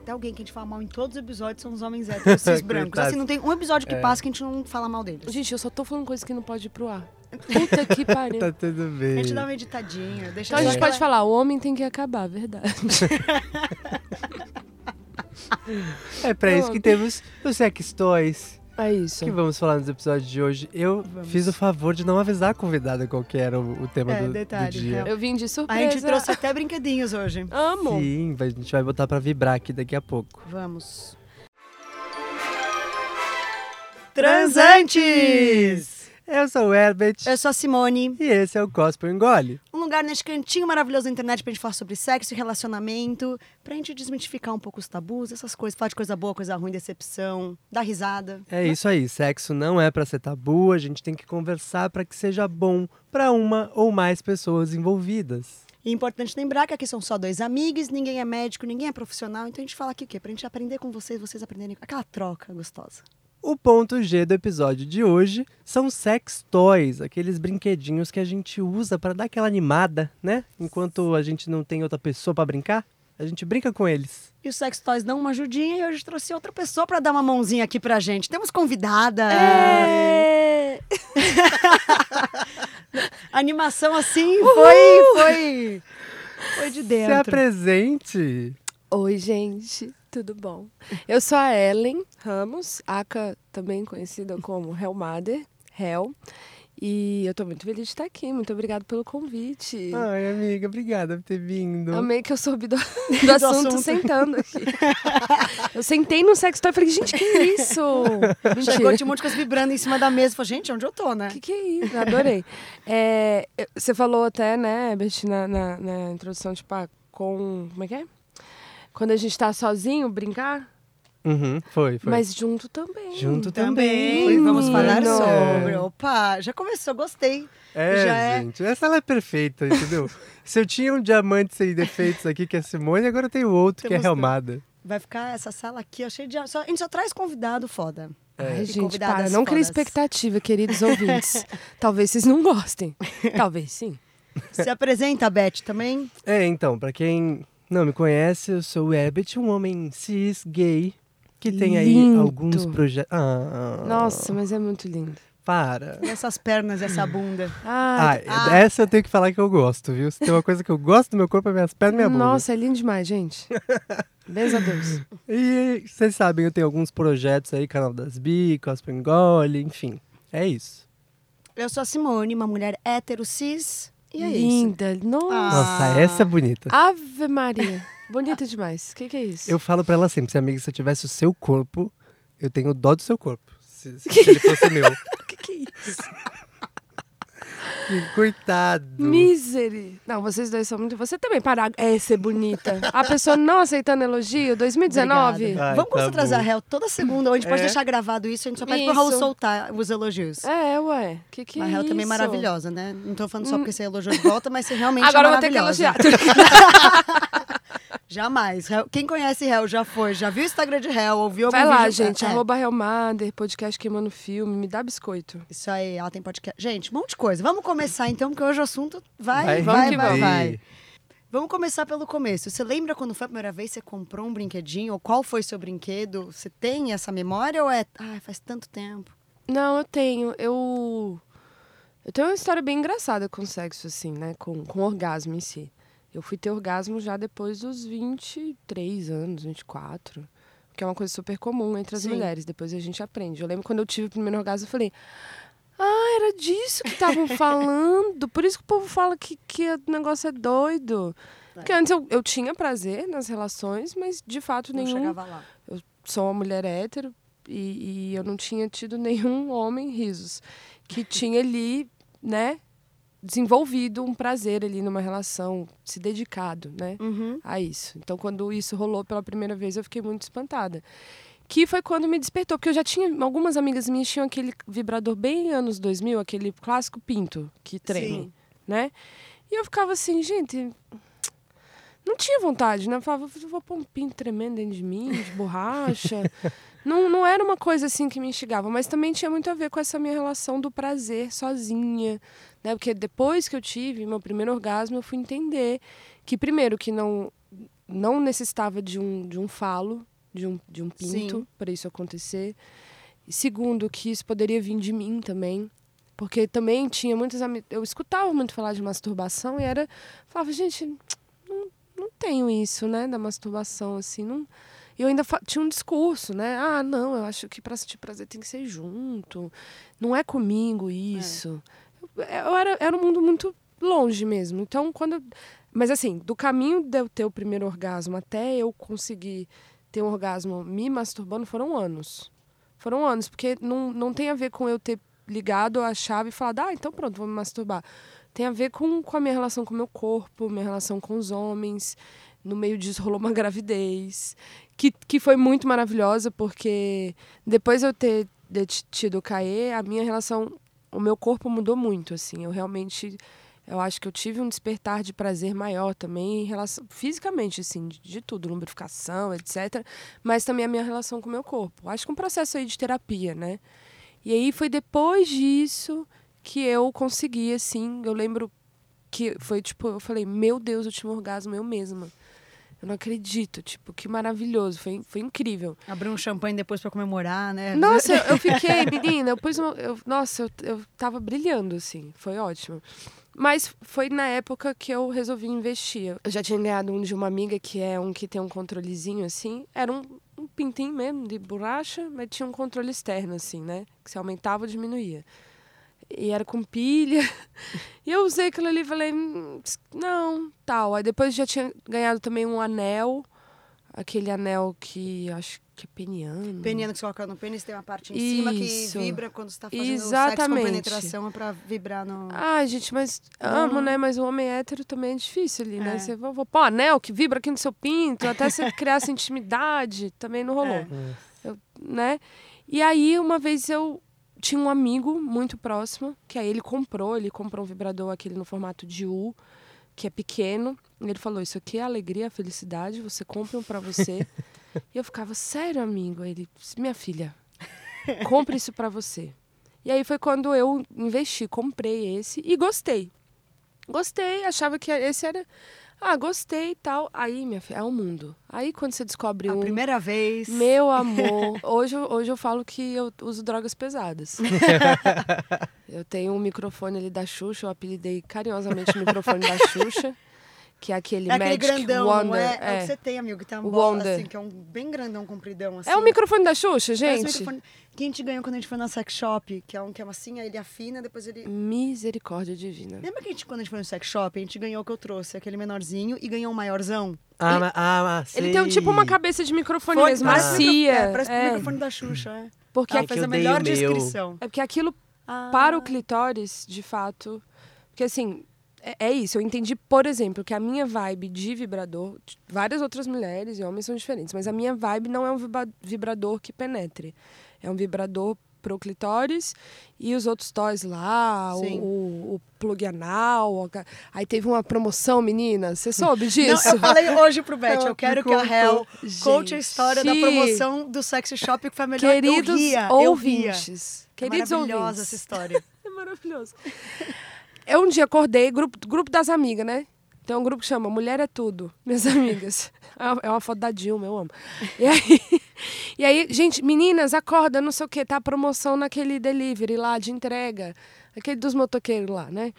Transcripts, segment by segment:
até alguém que a gente fala mal em todos os episódios são os homens héteros, cis brancos. Coitados. Assim, não tem um episódio que passa que a gente não fala mal deles. Gente, eu só tô falando coisa que não pode ir pro ar. Puta que pariu. Tá tudo A bem. gente dá uma editadinha, deixa Então a só gente aquela- pode falar, o homem tem que acabar, verdade. É pra isso que temos os sex toys É isso. que vamos falar nos episódios de hoje. Eu fiz o favor de não avisar a convidada qual que era o, o tema É, do- do, detalhe, dia. real. Eu vim de A surpresa. gente trouxe até brinquedinhos hoje. Amo. Sim, vai- a gente vai botar pra vibrar aqui daqui a pouco. Vamos. Transantes! Eu sou o Herbert Eu sou a Simone. e esse é o Gospel Engole. Um lugar neste cantinho maravilhoso da internet pra gente falar sobre sexo e relacionamento, pra gente desmitificar um pouco os tabus, essas coisas, falar de coisa boa, coisa ruim, decepção, dar risada. É isso aí, sexo não é pra ser tabu, a gente tem que conversar pra que seja bom pra uma ou mais pessoas envolvidas. E é importante lembrar que aqui são só dois amigos, ninguém é médico, ninguém é profissional, então a gente fala aqui o quê? Pra gente aprender com vocês, vocês aprenderem aquela troca gostosa. O ponto G do episódio de hoje são sex toys, aqueles brinquedinhos que a gente usa pra dar aquela animada, né? Enquanto a gente não tem outra pessoa pra brincar, a gente brinca com eles. E os sex toys dão uma ajudinha e hoje trouxe outra pessoa pra dar uma mãozinha aqui pra gente. Temos convidada. É. A animação assim Uh! foi, foi, foi de Se dentro. apresente! Oi, gente. Tudo bom? Eu sou a Ellen Ramos, aca também conhecida como Hellmother, Hell. E eu tô muito feliz de estar aqui. Muito obrigada pelo convite. Ai, amiga, obrigada por ter vindo. Amei que eu soube do, do Do assunto, assunto. sentando aqui. Eu sentei no sexo e falei, gente, que isso? Chegou Mentira. de um monte de coisa vibrando em cima da mesa. Falei, gente, onde eu tô, né? Que que é isso? Adorei. É, eu- você falou até, né, Beth, na, na, na introdução, tipo, ah, com. Como é que é? Quando a gente tá sozinho brincar, Uhum, foi, foi. mas junto também. Junto também. Também. Vamos falar menino. sobre. Opa, já começou, gostei. É, Já é. gente, essa ela é perfeita, entendeu? Se eu tinha um diamante sem defeitos aqui, que é a Simone, agora eu tenho outro, que é a Temos dois. Helmada. Vai ficar essa sala aqui, ó, cheia de. Só, a gente só traz convidado foda. é. Ai, E gente, convidadas para, não cria fodas. expectativa, queridos ouvintes. Talvez vocês não gostem. Talvez sim. Se apresenta, Beth, também. É, então, pra quem não me conhece, eu sou o Herbert, um homem cis, gay, que tem aí Lindo. alguns projetos... Ah, Nossa, mas é muito lindo. Para. E essas pernas e essa bunda. Ai, Ah, essa eu tenho que falar que eu gosto, viu? Se tem uma coisa que eu gosto do meu corpo, é minhas pernas e minha bunda. Nossa, é lindo demais, gente. Beijo a Deus. E vocês sabem, eu tenho alguns projetos aí, canal das Bi, Cosplay Engole, enfim. É isso. Eu sou a Simone, uma mulher hétero, cis. E é isso. Linda. Nossa. Nossa, Ah. essa é bonita. Ave Maria. Bonita demais. O que, que é isso? Eu falo pra ela sempre, se amiga, se eu tivesse o seu corpo, eu tenho dó do seu corpo. Se, se ele fosse meu. O que, que é isso? Que Coitado. Misery. Não, vocês dois são muito. Você também parar. É, ser bonita. A pessoa não aceitando elogio, 2019. Obrigada. Ai, Vamos tá começar a trazer bom. a réu toda segunda, onde a gente pode É. deixar gravado isso, a gente só pede pro Isso. Raul soltar os elogios. É, ué. Que que a é réu também é isso? Hum. maravilhosa, né? Não tô falando só porque você elogiou de volta, mas você realmente Agora é eu vou ter que maravilhosa. elogiar. Jamais. Hel- Quem conhece Hel já foi, já viu o Instagram de Hel, ouviu algum Vai lá, vídeo- gente. É, Arroba Helmander, podcast queimando filme. Me dá biscoito. Isso aí, ela tem podcast. Gente, um monte de coisa. Vamos começar então, porque hoje o assunto vai, vai, Vai, vai, que vai, vamos. Vamos começar pelo começo. Você lembra quando foi a primeira vez que você comprou um brinquedinho? Ou qual foi seu brinquedo? Você tem essa memória ou é... Ai, faz tanto tempo. Não, eu tenho. Eu. Eu tenho uma história bem engraçada com sexo, assim, né? Com, com orgasmo em si. Eu fui ter orgasmo já depois dos 23 anos, 24. Que é uma coisa super comum entre as Sim. mulheres. Depois a gente aprende. Eu lembro quando eu tive o primeiro orgasmo, eu falei. Ah, era disso que estavam falando. Por isso que o povo fala que, que o negócio é doido. É. Porque antes eu, eu tinha prazer nas relações, mas de fato Não nenhum chegava lá. sou uma mulher hétero e, e eu não tinha tido nenhum homem risos que tinha ali, né, desenvolvido um prazer ali numa relação, se dedicado, né, Uhum. a isso. Então, quando isso rolou pela primeira vez, eu fiquei muito espantada. Que foi quando me despertou, porque eu já tinha, algumas amigas minhas tinham aquele vibrador bem anos 2000, aquele clássico pinto que treme, Sim. né? E eu ficava assim, gente, não tinha vontade, né? Eu falava, "Eu vou pôr um pinto tremendo dentro de mim, de borracha. não, não era uma coisa assim que me instigava, mas também tinha muito a ver com essa minha relação do prazer sozinha, né? Porque depois que eu tive meu primeiro orgasmo, eu fui entender que primeiro que não não necessitava de um, de um falo, de um, de um pinto Sim. para isso acontecer. E segundo, que isso poderia vir de mim também. Porque também tinha muitas ami- Eu escutava muito falar de masturbação e era. Falava, gente, não, não tenho isso, né? Da masturbação, assim. Não... E eu ainda fa- tinha um discurso, né? Ah, não, eu acho que para sentir prazer tem que ser junto. Não é comigo isso. Eu, eu era, era um mundo muito longe mesmo. Então, quando. eu- Mas assim, do caminho de eu ter o primeiro orgasmo até eu conseguir ter um orgasmo me masturbando foram anos. Foram anos, porque não, não tem a ver com eu ter ligado a chave e falado, ah, então pronto, vou me masturbar. Tem a ver com, com a minha relação com o meu corpo, minha relação com os homens. No meio disso rolou uma gravidez, que, que foi muito maravilhosa, porque depois eu ter, de t- tido o Caê, a minha relação, o meu corpo mudou muito, assim. Eu realmente, eu acho que eu tive um despertar de prazer maior também, em relação, fisicamente, assim, de, de tudo, lubrificação, etc. Mas também a minha relação com o meu corpo. Acho que um processo aí de terapia, né? E aí foi depois disso que eu consegui, assim, eu lembro que foi tipo, eu falei, meu Deus, eu tive um orgasmo eu mesma. Eu não acredito, tipo, que maravilhoso, foi, foi incrível. Abrir um champanhe depois pra comemorar, né? Nossa, eu, eu fiquei, menina, eu pus uma, eu, nossa, eu, eu tava brilhando, assim, foi ótimo. Mas foi na época que eu resolvi investir. Eu já tinha ganhado um de uma amiga que é um que tem um controlezinho, assim, era um, um pintinho mesmo, de borracha, mas tinha um controle externo, assim, né, que se aumentava ou diminuía. E era com pilha. E eu usei aquilo ali e falei, "Hum, não, tal. Aí depois já tinha ganhado também um anel, aquele anel que acho que é peniano. Peniano que você coloca no pênis, tem uma parte em cima que Isso. vibra quando você tá fazendo sexo com Exatamente. penetração, é pra vibrar no... Ai, gente, mas amo, né? Mas o homem hétero também é difícil ali, É. né? Você vou, vou pôr anel que vibra aqui no seu pinto, até você criar essa intimidade, também não rolou, É. né? E aí, uma vez eu tinha um amigo muito próximo, que aí ele comprou, ele comprou um vibrador aquele no formato de U, que é pequeno. E ele falou: Isso aqui é alegria, felicidade, você compra um pra você. e eu ficava, sério, amigo? Ele, minha filha, compre isso pra você. E aí foi quando eu investi, comprei esse e gostei. Gostei, achava que esse era. Ah, gostei e tal. Aí, minha filha, é o mundo. Aí quando você descobre A um. primeira vez... Meu amor, hoje, eu- hoje eu falo que eu uso drogas pesadas. eu tenho um microfone ali da Xuxa, eu apelidei carinhosamente o microfone da Xuxa, que é aquele É aquele Magic grandão, não Wonder. é? É. o É. que você tem, amigo, que tem uma O bola, Wonder. assim, que é um bem grandão, compridão, assim. É o microfone da Xuxa, Parece um gente? microfone Que a gente ganhou quando a gente foi na sex shop, que é um que é assim, aí ele afina, depois ele... Misericórdia divina. Lembra que a gente, quando a gente foi no sex shop, a gente ganhou o que eu trouxe, aquele menorzinho, e ganhou um maiorzão? Ah, mas- ah, mas Ele tem um, sei. tipo uma cabeça de microfone Foi- mesmo, parece o micro- macia. É, parece o é. microfone da Xuxa, é. porque Ela é que fez eu a dei melhor o meu. descrição. É porque aquilo Ah. para o clitóris, de fato. Porque assim, é, é isso. Eu entendi, por exemplo, que a minha vibe de vibrador. de- Várias outras mulheres e homens são diferentes, mas a minha vibe não é um vibra- vibrador que penetre. É um vibrador pro clitóris e os outros toys lá, o, Sim. o, o plug anal. o ca- Aí teve uma promoção, menina. Você soube disso? Não, eu falei hoje pro Beth, Ela eu quero que me a Hel contou. conte a história da Gente. promoção do sex shop que foi a melhor. eu Queridos ria, Eu ria. ouvintes. É Queridos maravilhosa ouvintes. essa história. É maravilhoso. Eu um dia acordei, grupo, grupo das amigas, né? Tem um grupo que chama Mulher é Tudo, minhas amigas. É uma- É uma foto da Dilma, eu amo. E aí, e aí, gente, meninas, acorda, não sei o quê, tá a promoção naquele delivery lá de entrega, aquele dos motoqueiros lá, né?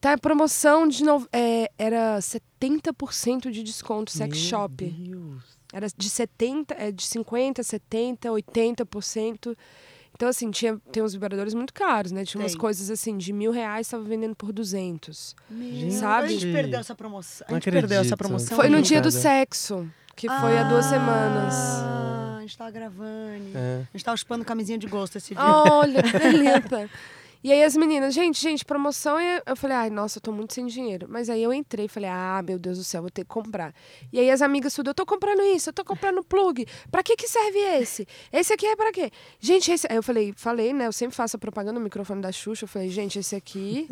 Tá a promoção de. No, é, era 70% de desconto, sex Meu shop. Deus. Era de 70, é de 50, 70, 80%. Então, assim, tinha, tem uns vibradores muito caros, né? Tinha umas Tem. coisas assim, de mil reais, tava vendendo por 200. Meu, Sabe? A gente perdeu essa promoção. A Não gente perdeu essa acredito. promoção. Foi no amiga. dia do Cara. sexo, que foi há duas Ah, semanas. A gente tava gravando. É. A gente tava chupando camisinha de gosto esse dia. Olha, que delícia. E aí as meninas, gente, gente, promoção. E eu falei, ai, nossa, eu tô muito sem dinheiro. Mas aí eu entrei e falei, ah, meu Deus do céu, vou ter que comprar. E aí as amigas tudo, eu tô comprando isso, eu tô comprando plug. Pra que que serve esse? Esse aqui é pra quê? Gente, esse... Aí eu falei, falei, né, eu sempre faço a propaganda no microfone da Xuxa. Eu falei, gente, esse aqui,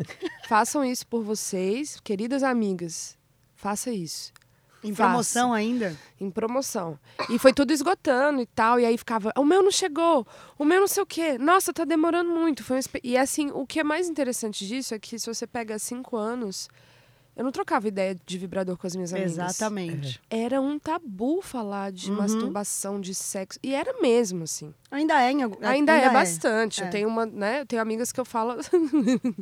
façam isso por vocês, queridas amigas. Faça isso em fácil. promoção ainda. em promoção. E foi tudo esgotando e tal. E aí ficava, o meu não chegou, o meu não sei o quê. Nossa, tá demorando muito. Foi um espe- E assim, o que é mais interessante disso é que se você pega cinco anos, Eu não trocava ideia de vibrador com as minhas amigas. Exatamente. Era um tabu falar de Uhum. masturbação, de sexo. E era mesmo, assim. Ainda é em algum Ainda, é, bastante. É. Eu tenho uma, né? Eu tenho amigas que eu falo.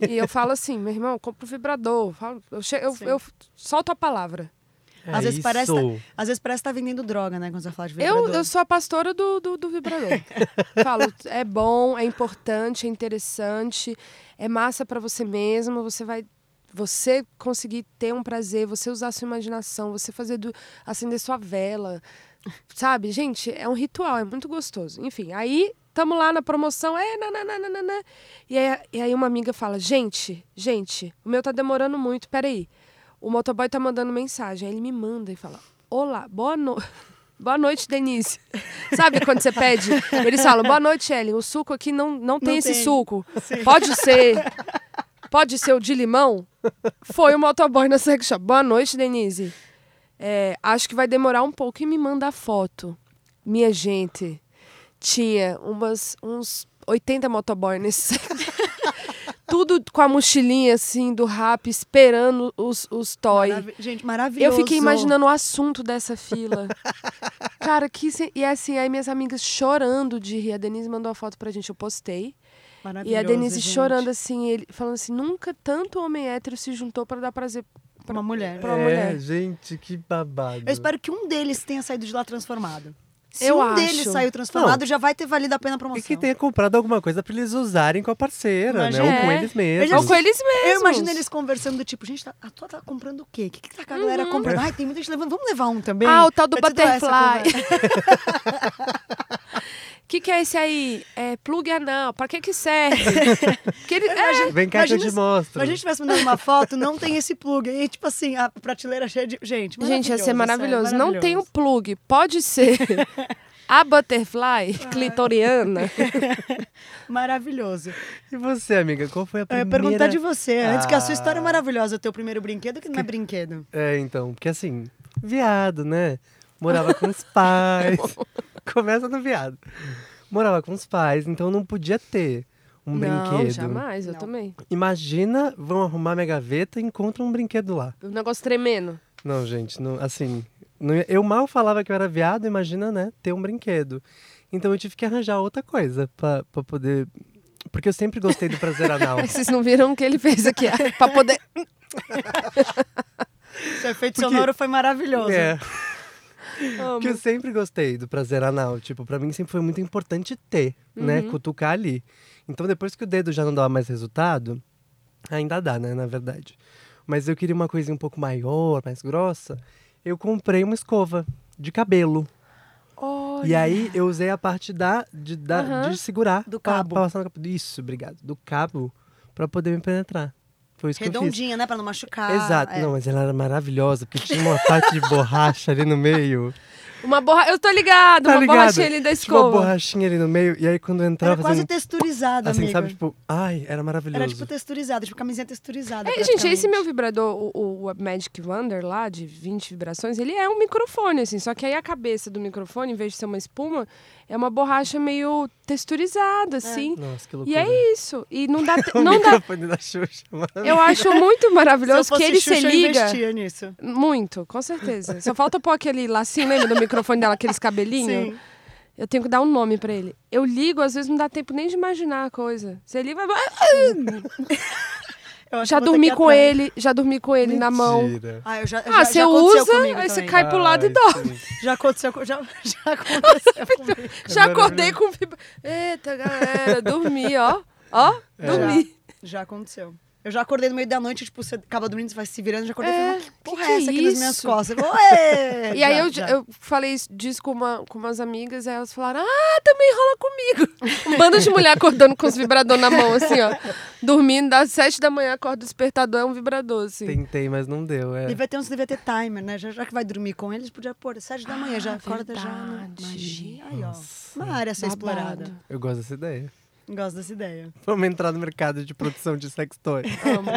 e eu falo assim, meu irmão, compra o vibrador. Eu falo- Eu, che- eu, Sim. eu solto a palavra. Às vezes É isso. parece- Às vezes parece que tá vendendo droga, né? Quando você fala de Eu, vibrador. eu sou a pastora do, do, do vibrador. falo, é bom, é importante, é interessante, é massa pra você mesmo, você vai. Você conseguir ter um prazer, você usar a sua imaginação, você fazer do, acender sua vela. Sabe, gente, é um ritual, é muito gostoso. Enfim, aí tamo lá na promoção, é nananana. E aí, e aí uma amiga fala: Gente, gente, o meu tá demorando muito, peraí. O motoboy tá mandando mensagem. Aí ele me manda e fala: Olá, boa noite. Boa noite, Denise. Sabe quando você pede? Eles falam, boa noite, Ellen. O suco aqui não, não, tem esse tem. suco. Pode ser. Pode ser o de limão? Foi o motoboy na sex shop. Boa noite, Denise. É, acho que vai demorar um pouco e me manda a foto. Minha gente, tinha umas, uns 80 motoboy nesse Tudo com a mochilinha assim do rap, esperando os, os toy. Maravi- Gente, maravilhoso. Eu fiquei imaginando o assunto dessa fila. Cara, que. se- E assim, aí minhas amigas chorando de rir. A Denise mandou a foto pra gente, eu postei. E a Maravilhoso, Denise gente. chorando assim, ele falando assim: nunca tanto homem hétero se juntou pra dar prazer. Pra uma mulher. Pra é, mulher. gente, que babado. Eu espero que um deles tenha saído de lá transformado. Se Eu um acho. deles saiu transformado, já vai ter valido a pena a promoção. E que tenha comprado alguma coisa pra eles usarem com a parceira, Mas né? Ou é. com eles mesmos. Ou com eles mesmos. Eu imagino eles conversando do tipo, gente, tá- a tua tá comprando o quê? O que, que tá com a galera comprando? Ai, tem muita gente levando, vamos levar um também? Uhum. Ah, o tal do Vai ter essa butterfly. conversa. O que, que é esse aí? É plug anal. Pra que que serve? que ele... é, Vem cá que eu Imagina te se- mostro. Se a gente tivesse mandado uma foto, não tem esse plug. E tipo assim, a prateleira cheia de... Gente, Gente, ia ser maravilhoso. sério, Não tem o plug, pode ser a butterfly clitoriana. Maravilhoso. E você, amiga, qual foi a Eu ia primeira... perguntar de você, antes que a sua Ah. história é maravilhosa, o teu primeiro brinquedo, que não é brinquedo. É, então, porque assim, viado, né? Morava com os pais. Começa no viado. Morava com os pais, então não podia ter um não, brinquedo. jamais, eu Não. também. Imagina, vão arrumar minha gaveta e encontram um brinquedo lá. Um negócio tremendo. Não, gente, não- assim, não ia- eu mal falava que eu era viado, imagina, né, ter um brinquedo. Então eu tive que arranjar outra coisa pra, pra poder. Porque eu sempre gostei do prazer anal. Vocês não viram o que ele fez aqui, ah, pra poder... Seu efeito Porque- sonoro foi maravilhoso. é, Amo. porque eu sempre gostei do prazer anal. Tipo, pra mim sempre foi muito importante ter, né, cutucar ali. Então depois que o dedo já não dava mais resultado, ainda dá, né, na verdade. Mas eu queria uma coisinha um pouco maior, mais grossa. Eu comprei uma escova de cabelo. Olha. E aí eu usei a parte da, de, da- Aham. de segurar. Do pra- cabo. pra passar no cabo. Isso, obrigado. Do cabo pra poder me penetrar. Foi isso que eu Redondinha, né? Pra não machucar. fiz. Exato. É. Não, mas ela era maravilhosa, porque tinha uma parte de borracha ali no meio. Uma borra... Eu tô ligado, Tá uma ligado? borrachinha ali da Tinha uma escova. borrachinha ali no meio. E aí quando eu Era entrava, quase assim, texturizado, assim amigo. sabe? Tipo, ai, era maravilhoso. Era tipo texturizado, tipo camisinha texturizada. É, gente, esse praticamente. meu vibrador, o, o Magic Wander lá, de 20 vibrações, ele é um microfone, assim. Só que aí a cabeça do microfone, em vez de ser uma espuma, é uma borracha meio É. texturizada, assim. Nossa, que E loucura. é isso. E não dá. te- o Não dá microfone da Xuxa, maravilhoso. eu acho muito Se eu maravilhoso fosse que ele se Xuxa, eu liga. investia nisso. Muito, com certeza. Só falta pôr aquele lacinho, lembra do microfone dela, aqueles cabelinhos? Sim. Eu tenho que dar um nome pra ele. Eu ligo, às vezes não dá tempo nem de imaginar a coisa. Você liga. vai- Eu acho que Já eu vou ter dormi que ir com atrás. ele, já dormi com ele na mão. Mentira. Ah, eu já, já, Ah, você já aconteceu usa, comigo aí você também. cai pro lado e Ai, dorme. sim. Já aconteceu, co- já, já aconteceu comigo. Já Agora eu acordei com vibra. Eita, galera, dormi, ó. Ó, É. dormi. Já aconteceu. Eu já acordei no meio da noite, tipo, você acaba dormindo, você vai se virando, já acordei É, falando, "Mas que porra que é essa aqui nas isso?" minhas costas? Eu vou, "Ué!" E É, Já, aí eu, já. eu falei isso- disso com, uma, com umas amigas, aí elas falaram, ah, também rola comigo. Um bando de mulher acordando com os vibrador na mão, assim, ó. Dormindo, das sete da manhã, acorda o despertador, é um vibrador, assim. Tentei, mas não deu. É. Devia ter, uns, devia ter timer, né? Já, já que vai dormir com eles, podia pôr sete da manhã, já Ah, acorda já. Né? verdade. Imagina. Aí, ó. Nossa, Uma área a ser Babado. explorada. eu gosto dessa ideia. Gosto dessa ideia. Vamos entrar no mercado de produção de sex toys. Amo.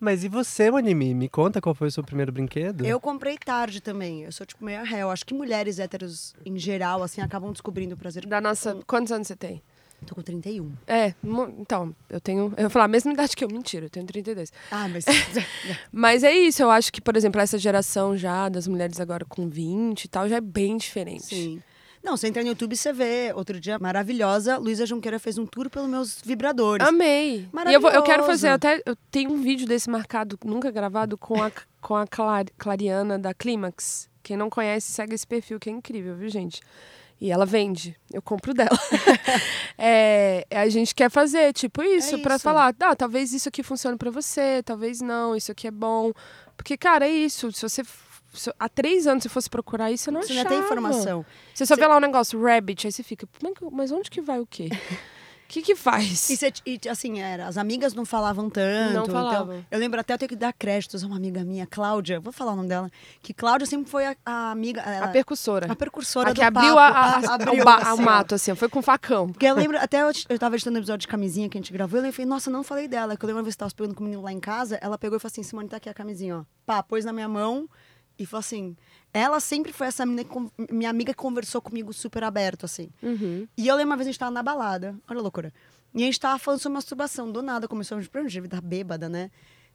Mas e você, Manimi? Me conta qual foi o seu primeiro brinquedo? Eu comprei tarde também. Eu sou, tipo, meio réu. Acho que mulheres héteros, em geral, assim, acabam descobrindo o prazer. Da nossa... Quantos anos você tem? Tô com 31. É, mo- então, eu tenho. Eu ia falar a mesma idade que eu, mentira, eu tenho 32. Ah, mas. Mas é isso, eu acho que, por exemplo, essa geração já, das mulheres agora com 20 e tal, já é bem diferente. Sim. Não, você entra no YouTube e você vê. Outro dia, maravilhosa, Luísa Junqueira fez um tour pelos meus vibradores. Ah, Amei. E eu, vou- eu quero Maravilhoso. fazer até. Eu tenho um vídeo desse marcado, nunca gravado, com a, com a Cla- Clariana da Climax. Quem não conhece, segue esse perfil, que é incrível, viu, gente? E ela vende, eu compro dela. é, a gente quer fazer, tipo, isso, É pra isso. falar, ah, talvez isso aqui funcione pra você, talvez não, isso aqui é bom. Porque, cara, é isso. Se você. f- se- há três anos, se fosse procurar isso, eu não Você já achava. tem informação. Você só Você- vê lá um negócio, rabbit, aí você fica, "Como é que eu- mas onde que vai o quê? O que que faz? E, cê- e, assim, era, as amigas não falavam tanto. Não então, falavam. eu lembro até, eu tenho que dar créditos a uma amiga minha, Cláudia, vou falar o nome dela, que Cláudia sempre foi a, a amiga, ela- A percussora. a percursora a que do abriu papo. a, a- a- abriu, o, ba- assim, o ó. mato, assim, ó, foi com facão. Porque eu lembro, até eu, eu tava editando o episódio de camisinha que a gente gravou, e eu falei, nossa, não falei dela. Que eu lembro que você tava pegando com o menino lá em casa, ela pegou e falou assim: Simone, tá aqui a camisinha, ó. Pá, pôs na minha mão e falou assim. Ela sempre foi essa menina, que con- minha amiga que conversou comigo super aberto, assim. E eu lembro uma vez a gente tava na balada, olha a loucura. E a gente tava falando sobre masturbação, do nada começou a gente pra onde devia estar bêbada, né?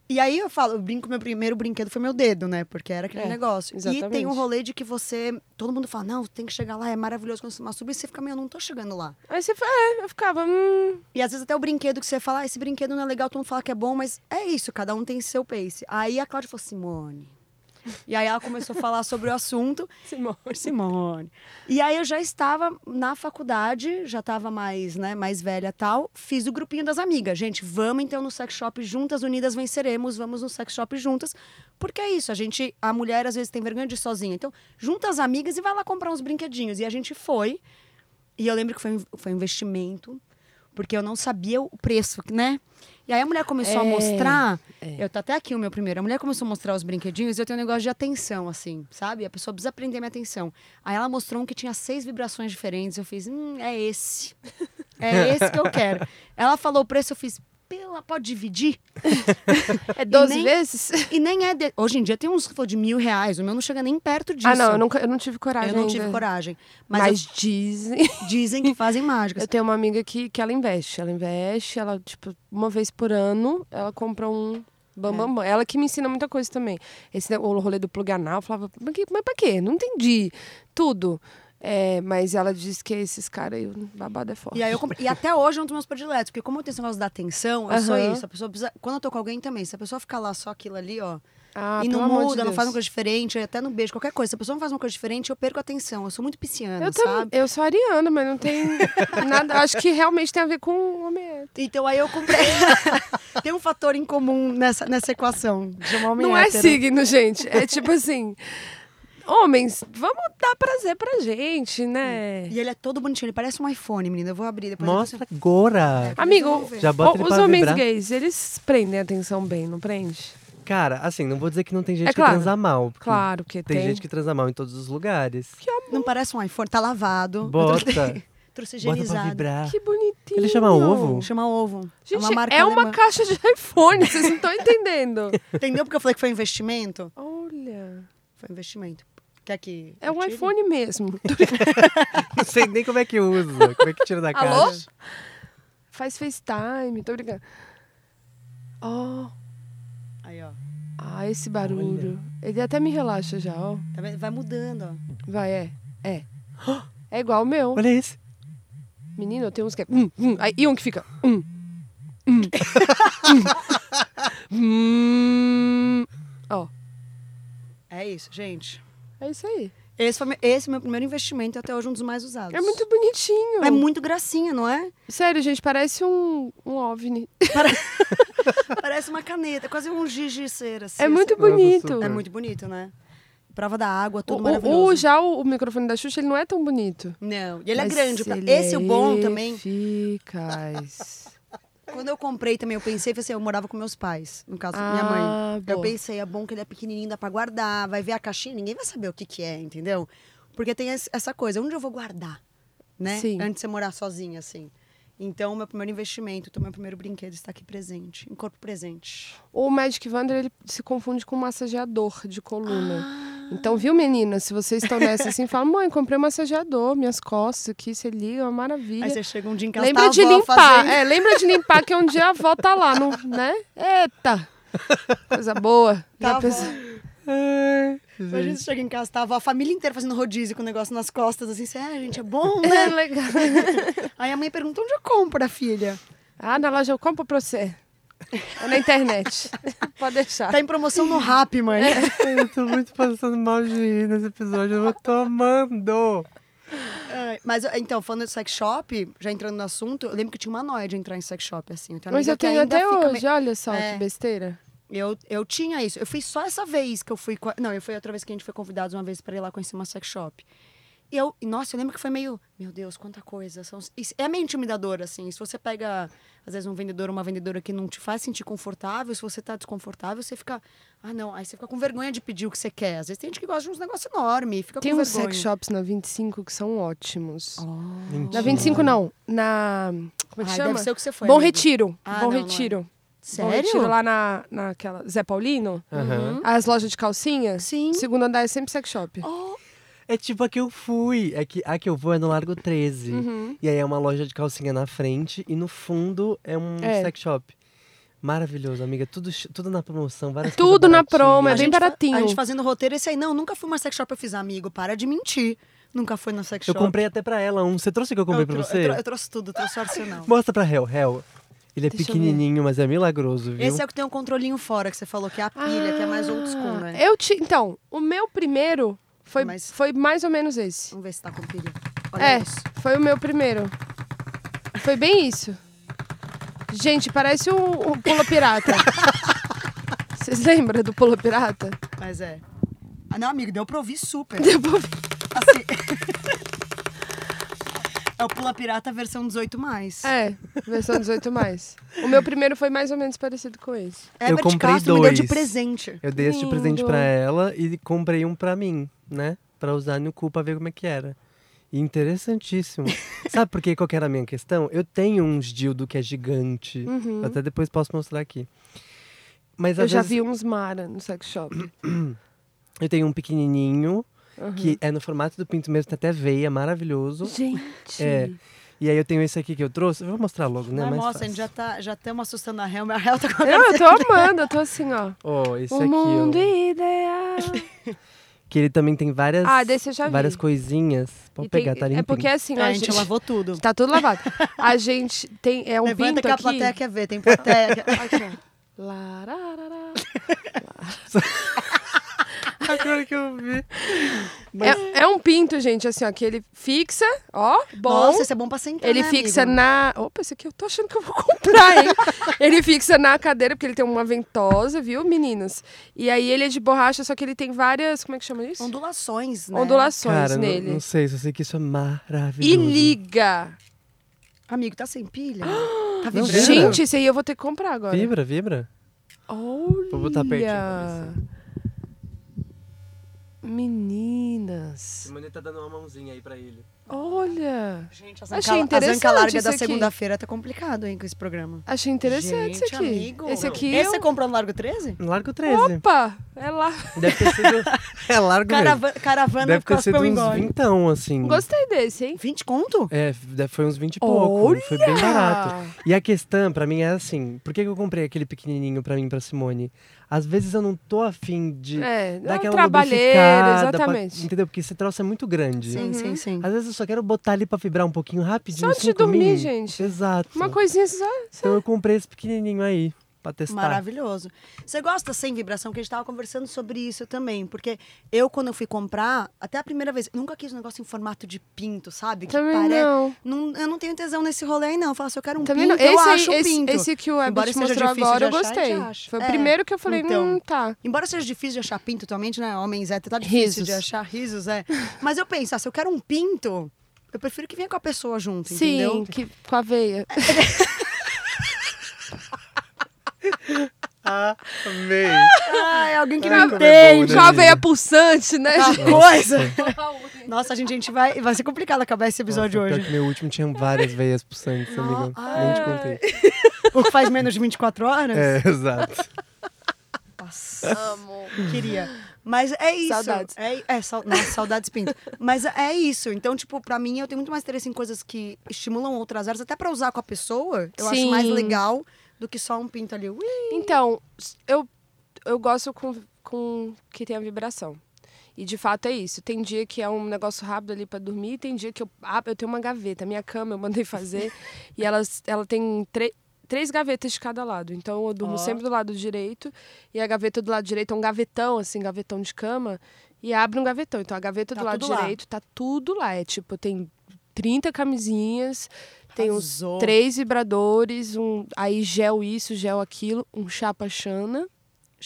E aí eu falo, eu brinco, meu primeiro brinquedo foi meu dedo, né? Porque era aquele É, negócio. E tem um exatamente. rolê de que você. Todo mundo fala, não, tem que chegar lá, é maravilhoso quando você masturba, e você fica, meu, eu não tô chegando lá. Aí você fa- é, eu ficava, hum, E às vezes até o brinquedo que você fala, ah, esse brinquedo não é legal, todo mundo fala que é bom, mas é isso, cada um tem seu pace. Aí a Cláudia falou, Simone. E aí ela começou a falar sobre o assunto. Simone. Simone. E aí eu já estava na faculdade, já estava mais, né, mais velha tal. Fiz o grupinho das amigas. Gente, vamos então no sex shop juntas, unidas venceremos, vamos no sex shop juntas. Porque é isso, a gente, a mulher às vezes tem vergonha de ir sozinha. Então, junta as amigas e vai lá comprar uns brinquedinhos. E a gente foi. E eu lembro que foi, um- foi um investimento, porque eu não sabia o preço, né? E aí a mulher começou a É, mostrar. é. Eu tô até aqui o meu primeiro. A mulher começou a mostrar os brinquedinhos e eu tenho um negócio de atenção, assim, sabe? A pessoa precisa prender minha atenção. Aí ela mostrou um que tinha seis vibrações diferentes. Eu fiz, hum, é esse. É esse que eu quero. Ela falou o preço, eu fiz, pela, pode dividir? é 12 nem- vezes? E nem é. de- Hoje em dia tem uns que for de mil reais. O meu não chega nem perto disso. Ah, não, eu, nunca, eu não tive coragem Eu não ainda. tive coragem. Mas, Mas, dizem. eu- dizem que fazem mágicas. Eu tenho uma amiga que, que ela investe. Ela investe, ela, tipo, uma vez por ano, ela compra um bam, É. bam, bam. Ela que me ensina muita coisa também. Esse, o rolê do plug anal, eu falava, mas, que- mas pra quê? Não entendi tudo. É, mas ela diz que esses caras aí, o babado é forte. E aí eu comprei. E até hoje é um dos meus prediletos, porque como eu tenho esse negócio da atenção, eu sou Aham. isso. A pessoa precisa. Quando eu tô com alguém também, se a pessoa ficar lá só aquilo ali, ó, Ah, e pelo não amor de muda, não Deus. faz uma coisa diferente, até no beijo, qualquer coisa. Se a pessoa não faz uma coisa diferente, eu perco a atenção. Eu sou muito pisciana, Eu, sabe? também, eu sou ariana, mas não tem nada. Acho que realmente tem a ver com homem hétero. Então aí eu comprei. Tem um fator em comum nessa, nessa equação de chamar homem Não é hétero. signo, gente. É tipo assim. Homens, vamos dar prazer pra gente, né? E ele é todo bonitinho, ele parece um iPhone, menina. Eu vou abrir depois. eu Mostra vou- agora. Amigo, ver. Já bota Ah, o- ele os pra homens vibrar. gays, eles prendem a atenção bem, não prende? Cara, assim, não vou dizer que não tem gente É claro. que transa mal. porque Claro, porque Tem, tem. gente que transa mal em todos os lugares. Não parece um iPhone, tá lavado. Eu Bota. trouxe- Trouxe Bota pra higienizado. vibrar. Que bonitinho. Ele chama ovo? Chama ovo. Gente, é uma marca alemã. caixa de iPhone, vocês não estão entendendo. Entendeu porque eu falei que foi um investimento? Olha, Foi um investimento. Quer que. é eu um tire? iPhone mesmo. Não sei nem como é que usa. Como é que tira da cara. Alô? Faz FaceTime, tô brincando. Ó, Aí, ó. ah, esse barulho. Ele até me relaxa já, ó. Tá vendo? Vai mudando, ó. Vai, é. É. É igual o meu. Olha esse. Menino, eu tenho uns que é. Hum, hum. Aí, e um que fica. Hum. Hum. hum. Hum. Ó, É isso, gente. é isso aí. Esse foi meu, esse é meu primeiro investimento e até hoje um dos mais usados. É muito bonitinho. É muito gracinha, não é? Sério, gente, parece um, um OVNI. Parece uma caneta, quase um giz cera. assim, É muito assim. Nossa, bonito. É super. muito bonito, né? Prova da água, O, tudo o, maravilhoso. o- já o, o microfone da Xuxa, ele não é tão bonito. Não, e ele Mas é grande. pra- ele Esse é o bom também. Eficaz. Quando eu comprei também, eu pensei, falei assim, eu morava com meus pais, no caso, minha mãe. Ah, Eu boa. pensei, é bom que ele é pequenininho, dá pra guardar, vai ver a caixinha, ninguém vai saber o que que é, entendeu? Porque tem es- essa coisa, onde eu vou guardar, né? Sim. Antes de você morar sozinha, assim. Então, meu primeiro investimento, então, meu primeiro brinquedo está aqui presente, em corpo presente. O Magic Wander, ele se confunde com massageador de um coluna. Ah. Então, viu, menina? Se vocês estão nessa assim, fala, mãe, comprei um massageador, minhas costas aqui, você liga, é uma maravilha. Aí você chega um dia em casa, Lembra tá a de avó limpar. fazendo- É, lembra de limpar que um dia a avó tá lá, no, né? Eita! Coisa boa. Tá, Já avó. pensou- Ai, Imagina gente. você chega em casa, tá a avó, a família inteira fazendo rodízio com o negócio nas costas, assim, você, é, gente, é bom, É né? legal. Aí a mãe pergunta, onde eu compro a filha? Ah, na loja eu compro pra você. Ou na internet. Pode deixar. Tá em promoção no Rap, mãe. É. Eu tô muito passando mal de rir nesse episódio. Eu tô amando. Ai, Mas, então, falando de sex shop, já entrando no assunto, eu lembro que eu tinha uma noia de entrar em sex shop, assim. tenho uma Mas amiga eu que tenho ainda até fica meio- hoje, olha só É. que besteira. Eu, eu tinha isso. Eu fui só essa vez que eu fui. com a- Não, eu fui outra vez que a gente foi convidados uma vez para ir lá conhecer uma sex shop. E eu, e, nossa, eu lembro que foi meio, meu Deus, quanta coisa. São, isso é meio intimidador, assim. Se você pega, às vezes, um vendedor ou uma vendedora que não te faz sentir confortável, se você tá desconfortável, você fica, ah, não. Aí você fica com vergonha de pedir o que você quer. Às vezes tem gente que gosta de uns negócios enormes, fica Tem com uns vergonha. Oh. sex shops na 25 que são ótimos. Mentira. Na 25 não, na... Como é que Ai, chama? deve ser o que você foi. Bom amigo. Retiro. Ah, Bom não, não é. Retiro. Bom Sério? Retiro lá na, naquela... Zé Paulino? Aham. As lojas de calcinha? Sim. Segundo andar é sempre sex shop. Oh, É tipo a que eu fui. É que a que eu vou é no Largo 13. Uhum. E aí é uma loja de calcinha na frente e no fundo é um É. sex shop. Maravilhoso, amiga. Tudo, chi- tudo na promoção, várias Tudo coisas na baratinhas. promo, é a bem gente fa- baratinho. A gente fazendo roteiro, esse aí, não, nunca fui uma sex shop, eu fiz amigo, para de mentir. Nunca fui na sex Eu shop. comprei até pra ela um. Você trouxe o que eu comprei pra trou- você? Eu, trou- eu trouxe tudo, eu trouxe o arsenal. Mostra pra Hel. Hel, ele é Deixa eu ver. pequenininho, mas é milagroso, viu? Esse é o que tem um controlinho fora, que você falou, que é a pilha, que é mais old school, né? Eu te... Então, o meu primeiro foi, Mas- foi mais ou menos esse. Vamos ver se tá com pilha. é, Olha isso. foi o meu primeiro. Foi bem isso. Gente, parece um, um Pula Pirata. Vocês lembram do Pula Pirata? Mas é. Ah, não, amigo, deu pra ouvir super. Depois- Assim. é o Pula Pirata versão 18. É, É, versão 18. O meu primeiro foi mais ou menos parecido com esse. Eu Herbert comprei Castro me deu de dois. presente. Eu dei este presente Lindo. pra ela e comprei um pra mim, né? Pra usar no cu pra ver como é que era. E Interessantíssimo. Sabe por que qual que era a minha questão? Eu tenho uns dildo que é gigante. Uhum. Até depois posso mostrar aqui. Mas Eu às já vezes vi uns Mara no sex shop. eu tenho um pequenininho que é no formato do pinto mesmo, tem até veia, maravilhoso. Uhum. Gente. É. E aí eu tenho esse aqui que eu trouxe. Eu vou mostrar logo, né? Mas, Mais nossa, a gente fácil. já tá, já estamos assustando a Helma. A Helma tá com a Não, eu tô amando, eu tô assim, ó. Ó, esse o aqui, ó, mundo ideal. que ele também tem várias Ah, desse eu já vi. várias coisinhas. Pode E tem- pegar, tá limpinho. É porque assim, É, ó, a a gente gente lavou tudo. tá tudo lavado. A gente tem é um Levanta pinto que a aqui. plateia quer ver, tem plateia. Aqui, ó. Lararará. Agora que eu vi. É, é um pinto, gente, assim, ó, que ele fixa, ó, bom. Nossa, isso é bom pra sentar, ele né, fixa amigo? na. Opa, esse aqui eu tô achando que eu vou comprar, hein? ele fixa na cadeira, porque ele tem uma ventosa, viu, meninas? E aí ele é de borracha, só que ele tem várias. Como é que chama isso? Ondulações, né? Ondulações Cara, não- nele. Não, sei, só sei que isso é maravilhoso. e liga. Amigo, tá sem pilha? tá Não, vibrando? Vibra? Gente, esse aí eu vou ter que comprar agora. Vibra, vibra. Olha! Vou botar pertinho pra é. Meninas. Simone tá dando uma mãozinha aí pra ele. Olha. Gente, a Achei zanca, a interessante zanca larga isso da aqui. segunda-feira tá complicado, hein, com esse programa. Achei interessante Gente, isso aqui. amigo. Esse aqui Esse você eu... comprou no Largo 13? Largo 13. Opa! É lá. Deve ter sido. é largo mesmo. Carava caravana Deve ter sido Cospel uns Engole. 20, assim. Gostei desse, hein? 20 conto? É, deve- foi uns 20 e pouco. Foi bem barato. E a questão pra mim é assim, por que que eu comprei aquele pequenininho pra mim e pra Simone? Às vezes eu não tô afim de É, dar é um aquela trabalheiro, lubrificada, pra- exatamente. entendeu? Porque esse troço é muito grande. Sim, Uhum. sim, sim. Às vezes eu só quero botar ali pra vibrar um pouquinho rapidinho. Só antes de cinco dormir, min. gente. Exato. Uma coisinha assim, só. Então eu comprei esse pequenininho aí pra testar. Maravilhoso. Você gosta sem vibração? Que a gente tava conversando sobre isso também. Porque eu, quando eu fui comprar, até a primeira vez, nunca quis um negócio em formato de pinto, sabe? Que Também pare- não. Não- eu não tenho tesão nesse rolê aí, não. Eu falo, se eu quero um Também não. pinto, eu Esse, aí- acho um esse, pinto. esse que o Embora Herbert seja mostrou difícil agora, eu de achar, a gostei. gente acha. Foi o É, primeiro que eu falei, então. hum, tá. Embora seja difícil de achar pinto atualmente, né? Homens hétero, tá difícil Risos. de achar risos, é. Mas eu penso, ah, se eu quero um pinto, eu prefiro que venha com a pessoa junto, Sim, entendeu? que, com a veia. Amei. Ah, Ai, alguém que Ai, me como é bom, entende. né? com a veia pulsante, né? Uma gente? coisa. Nossa, gente, a gente vai. Vai ser complicado acabar esse episódio hoje. meu último tinha várias veias pulsantes, amiga. Nem te contei. O que É. faz menos de 24 horas? É, exato. Nossa, Amo. queria. Mas é isso. Saudades. É, é sau- nossa, saudades pinto. Mas é isso. Então, tipo, pra mim, eu tenho muito mais interesse em coisas que estimulam outras áreas, até pra usar com a pessoa. Eu acho mais Sim. legal do que só um pinto ali. Ui. Então, s- eu, eu gosto com, com que tenha vibração. E de fato é isso. Tem dia que é um negócio rápido ali pra dormir, tem dia que eu, ah, eu tenho uma gaveta. Minha cama eu mandei fazer e elas, ela tem tre- três gavetas de cada lado. Então eu durmo Ó. sempre do lado direito e a gaveta do lado direito é um gavetão, assim, gavetão de cama e abre um gavetão. Então a gaveta Tá do lado tudo lá. direito tá tudo lá. É tipo, tem 30 camisinhas, tem uns Arrasou. três vibradores, um aí gel isso, gel aquilo, um chapa chana.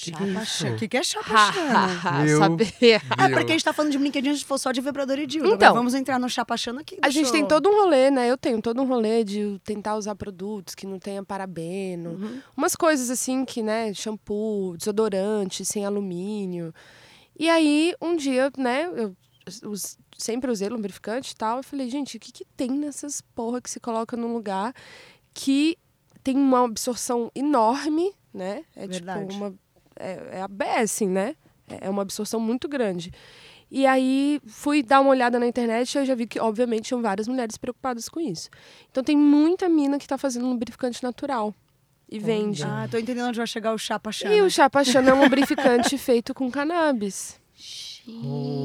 Que que Chapa é isso? chana. O que, que é chapa chana? Ha, ha, Meu. Saber. É porque a gente tá falando de brinquedinho, a gente for só de vibrador e dildo. Então. Agora vamos entrar no chapa chana aqui. A do gente show. tem todo um rolê, né? Eu tenho todo um rolê de tentar usar produtos que não tenha parabeno. Uhum. Umas coisas assim que, né? Shampoo, desodorante sem alumínio. E aí, um dia, né? Eu us- sempre usei lubrificante e tal. Eu falei, gente, o que, que tem nessas porra que se coloca num lugar que tem uma absorção enorme, né? É Verdade. tipo uma. É, é a B, assim, né? É é uma absorção muito grande. E aí fui dar uma olhada na internet e eu já vi que, obviamente, tinham várias mulheres preocupadas com isso. Então tem muita mina que tá fazendo lubrificante natural e vende. Ah, tô entendendo onde vai chegar o chapa chana. E o Chapa Chana é um lubrificante feito com cannabis.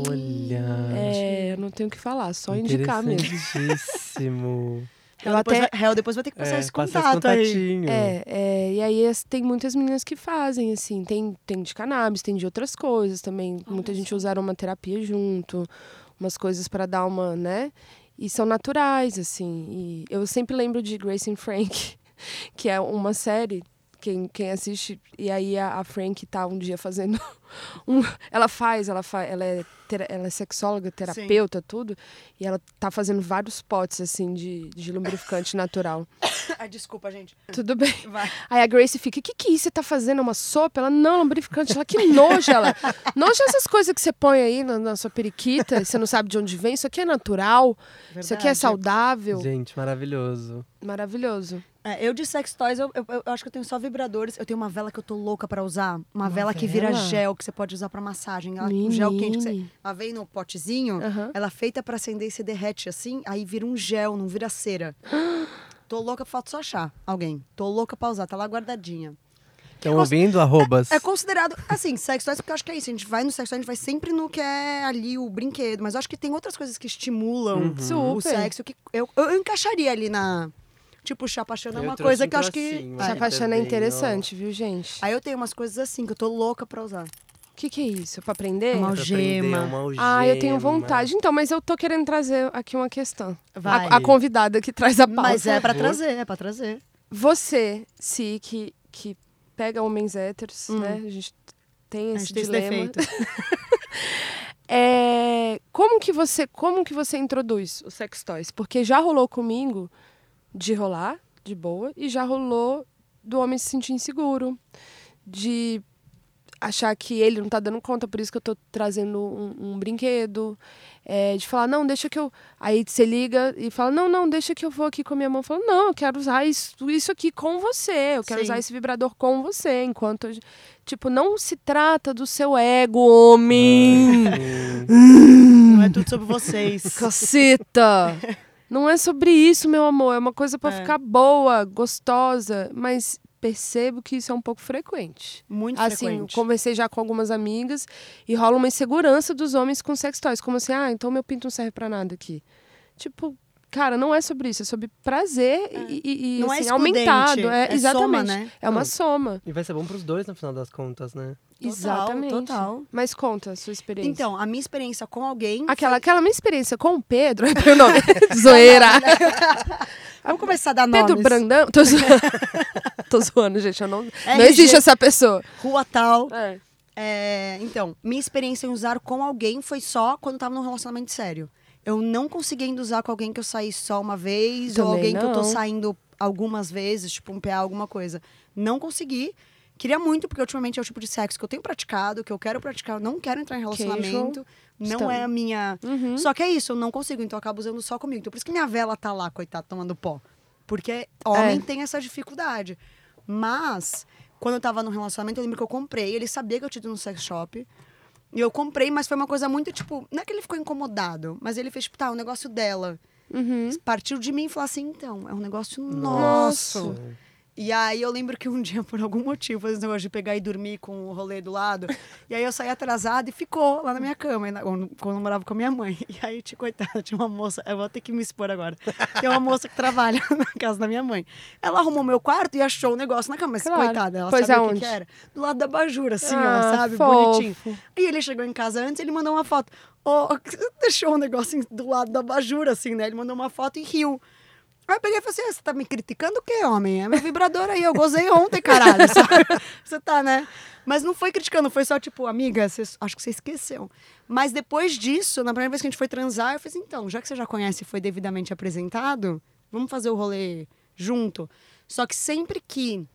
Olha. É, eu não tenho o que falar, só indicar mesmo. Interessantíssimo. Hel eu depois, até- vai, Hel depois vai ter que passar É, esse passa contato aí. contatinho. É, é, e aí as- tem muitas meninas que fazem, assim, tem, tem de cannabis, tem de outras coisas também. Muita gente usa aromaterapia junto, umas coisas pra dar uma, né? E são naturais, assim. E eu sempre lembro de Grace and Frank, que é uma série. Quem, quem assiste, e aí a, a Frank tá um dia fazendo um. Ela faz, ela faz, ela é, tera- ela é sexóloga, terapeuta, tudo, e ela tá fazendo vários potes assim de, de lubrificante natural. Ai, desculpa, gente. Tudo bem. Vai. Aí a Grace fica, o que que é isso? Você tá fazendo uma sopa? Ela, não, lubrificante. Ela, que nojo, ela. Nojo é essas coisas que você põe aí na, na sua periquita, e você não sabe de onde vem. Isso aqui é natural, isso aqui é Verdade. saudável. Gente, maravilhoso. Maravilhoso. É, eu de sex toys, eu, eu- eu acho que eu tenho só vibradores. Eu tenho uma vela que eu tô louca pra usar. Uma, vela, que vira vela? gel, que você pode usar pra massagem. Ela, um gel quente. Que você, Menine. ela vem no potezinho, Aham. ela é feita pra acender e se derrete assim, aí vira um gel, não vira cera. tô louca, falta só achar alguém. Tô louca pra usar, tá lá guardadinha. Estão ouvindo? Arrobas. É considerado, assim, sex toys, porque eu acho que é isso. A gente vai no sex toys, a gente vai sempre no que é ali o brinquedo. Mas eu acho que tem outras coisas que estimulam Uhum. Super. o sexo que eu, eu encaixaria ali na. Tipo, chapachana é Eu uma trouxe coisa um que eu acho que. tracinho, é. Ai, Essa paixão é também, ó. interessante, viu, gente? Aí eu tenho umas coisas assim que eu tô louca pra usar. O que que é isso? Pra aprender? Uma Pra aprender algema. uma algema. Ah, eu tenho vontade. Então, mas eu tô querendo trazer aqui uma questão. Vai. A, a convidada que traz a pauta. Mas é pra favor. trazer, é pra trazer. Você, si, que, que pega homens héteros, né? A gente tem Hum. A esse gente tem esse dilema. defeito. É, como que você como que você introduz os sex toys? Porque já rolou comigo de rolar de boa e já rolou do homem se sentir inseguro, de achar que ele não tá dando conta, por isso que eu tô trazendo um, um brinquedo, é, de falar não deixa que eu aí você liga e fala não não deixa que eu vou aqui com a minha mão, fala não eu quero usar isso isso aqui com você, eu quero Sim. usar esse vibrador com você, enquanto eu- tipo não se trata do seu ego homem Não é tudo sobre vocês. Caceta! Não é sobre isso, meu amor. É uma coisa pra É. ficar boa, gostosa, mas percebo que isso é um pouco frequente. Muito assim, frequente. conversei já com algumas amigas e rola uma insegurança dos homens com sex toys, como assim, ah, então meu pinto não serve pra nada aqui. Tipo, cara, não é sobre isso, é sobre prazer e, e- e, Não é assim, excludente, aumentado, é, é exatamente. soma, né? É uma Não. soma, E vai ser bom pros dois no final das contas, né? Total, exatamente. Total. Mas conta a sua experiência. Então, a minha experiência com alguém. Aquela, aquela minha experiência com o Pedro, é meu nome, zoeira. Vamos começar a dar Pedro nomes. Brandão. Tô zoando. Tô zoando, gente. Eu não, É, não existe gente. essa pessoa. Rua tal. É. É, então, minha experiência em usar com alguém foi só quando eu tava num relacionamento sério. Eu não consegui ainda usar com alguém que eu saí só uma vez, ou Também alguém que eu tô não. saindo algumas vezes, tipo um PA, alguma coisa. Não consegui. Queria muito, porque ultimamente é o tipo de sexo que eu tenho praticado, que eu quero praticar, eu não quero entrar em relacionamento. Não Estamos. é a minha. Só que é isso, eu não consigo, então eu acabo usando só comigo. Então por isso que minha vela tá lá, coitada, tomando pó. Porque homem É. tem essa dificuldade. Mas, quando eu tava num relacionamento, eu lembro que eu comprei, ele sabia que eu tinha ido no sex shop. E eu comprei, mas foi uma coisa muito, tipo, não é que ele ficou incomodado, mas ele fez, tipo, tá, o negócio dela. Uhum. Partiu de mim e falou assim, então, é um negócio Nossa. nosso. E aí eu lembro que um dia, por algum motivo, esse negócio de pegar e dormir com o rolê do lado. E aí eu saí atrasada e ficou lá na minha cama, ainda- quando quando eu morava com a minha mãe. E aí, tinha, coitada, tinha uma moça, eu vou ter que me expor agora. Tem uma moça que trabalha na casa da minha mãe. Ela arrumou meu quarto e achou o negócio na cama. Mas, Claro. coitada, ela Pois sabe o que aonde? que era. Do lado da bajura, assim, Ah, ó, sabe? fofo. Bonitinho. E ele chegou em casa antes, ele mandou uma foto. Ó, deixou um negócio em- do lado da bajura, assim, né? Ele mandou uma foto e riu. Aí eu peguei e falei assim, "Ah, você tá me criticando o quê, homem? É meu vibrador aí, eu gozei ontem, caralho. sabe? Você tá, né? Mas não foi criticando, foi só tipo, amiga, você- acho que você esqueceu. Mas depois disso, na primeira vez que a gente foi transar, eu falei assim, então, já que você já conhece e foi devidamente apresentado, vamos fazer o rolê junto. Só que sempre que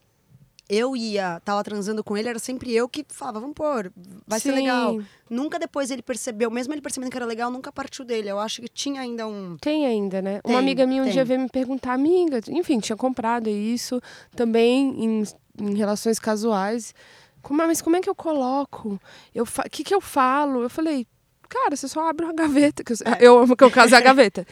eu ia, tava transando com ele, era sempre eu que falava, vamos pôr, vai ser Sim. legal. Nunca depois ele percebeu, mesmo ele percebendo que era legal, nunca partiu dele. Eu acho que tinha ainda um. Tem ainda, né? Tem, Uma amiga minha um tem. dia veio me perguntar, amiga, enfim, tinha comprado isso também em, em relações casuais. Como, é- mas como é que eu coloco? Eu fa- que que eu falo? Eu falei, cara, você só abre uma gaveta. Que eu, eu amo que eu caso é a gaveta.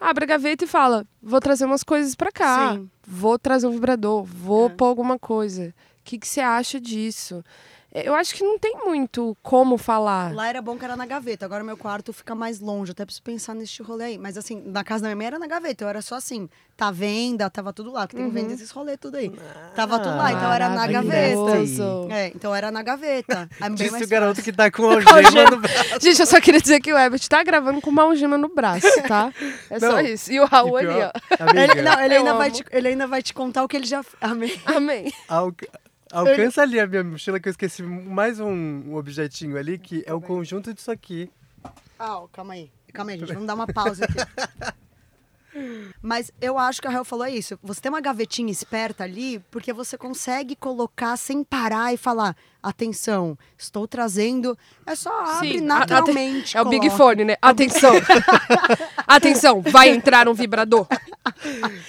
Abre a gaveta e fala, vou trazer umas coisas pra cá. Sim. Vou trazer um vibrador, vou É. pôr alguma coisa. O que, que você acha disso? É, Eu acho que não tem muito como falar. Lá era bom que era na gaveta, agora meu quarto fica mais longe. eu Até preciso pensar neste rolê aí. Mas assim, na casa da minha mãe era na gaveta, eu era só assim. Tá venda, tava tudo lá, que tem venda esses rolê tudo aí. Tava tudo lá, então era na maravilhoso. gaveta. Uhum. Ah, Maravilhoso. É, então era na gaveta. Aí, bem Disse mais o garoto fácil. que tá com o algema no braço. Gente, eu só queria dizer que o Ebert tá gravando com uma algema no braço, tá? É Não. só isso. E o Tá Raul E ali, pior, ó. Ele, não, Amiga, ele Eu ainda vai amo. te, ele ainda vai te contar o que ele já. Amei. Amém. alca- Alcança ali a minha mochila que eu esqueci mais um, um objetinho ali, que é o conjunto disso aqui. Ah, ó, calma aí. Calma aí, gente. Vamos dar uma pausa aqui. Mas eu acho que a Rael falou é isso. Você tem uma gavetinha esperta ali, porque você consegue colocar sem parar e falar: atenção, estou trazendo. É só abre Sim, naturalmente. É o Big coloca. Fone, né? Atenção. Atenção, vai entrar um vibrador.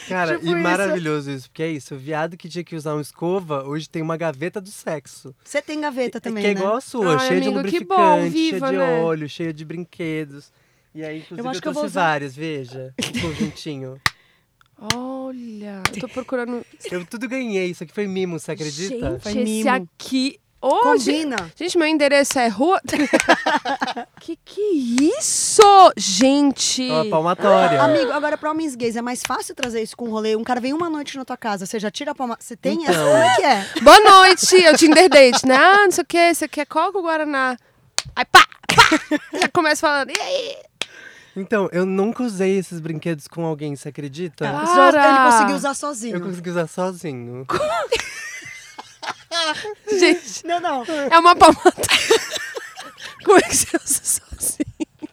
Cara, Tipo e isso. maravilhoso isso, porque é isso. O viado que tinha que usar uma escova, hoje tem uma gaveta do sexo. Você tem gaveta também, que é né? igual a sua, Ai, cheia de amigo, que lubrificante, bom, viva, cheia de né? óleo, cheia de brinquedos. E aí, inclusive, eu, acho que eu vou trouxe usar- vários, veja. Um conjuntinho. Olha, eu tô procurando. Eu tudo ganhei, isso aqui foi mimo, você acredita? Foi Gente, esse mimo. aqui. Hoje. Combina. Gente, meu endereço é rua. que que é isso? Gente. É uma palmatória. Amigo, agora pra homens gays é mais fácil trazer isso com rolê. Um cara vem uma noite na tua casa, você já tira a palma. Você tem Então. essa? Como que é? Boa noite, eu Tinder date, né? Ah, não sei o que, você quer coca ou Guaraná? Aí pá, pá. Já começa falando, e aí? Então, eu nunca usei esses brinquedos com alguém, você acredita? Ah, Isso Ele Para! conseguiu usar Eu sozinho. consegui usar sozinho. Gente. Não, não. É uma palmada. Como é que você usa sozinho?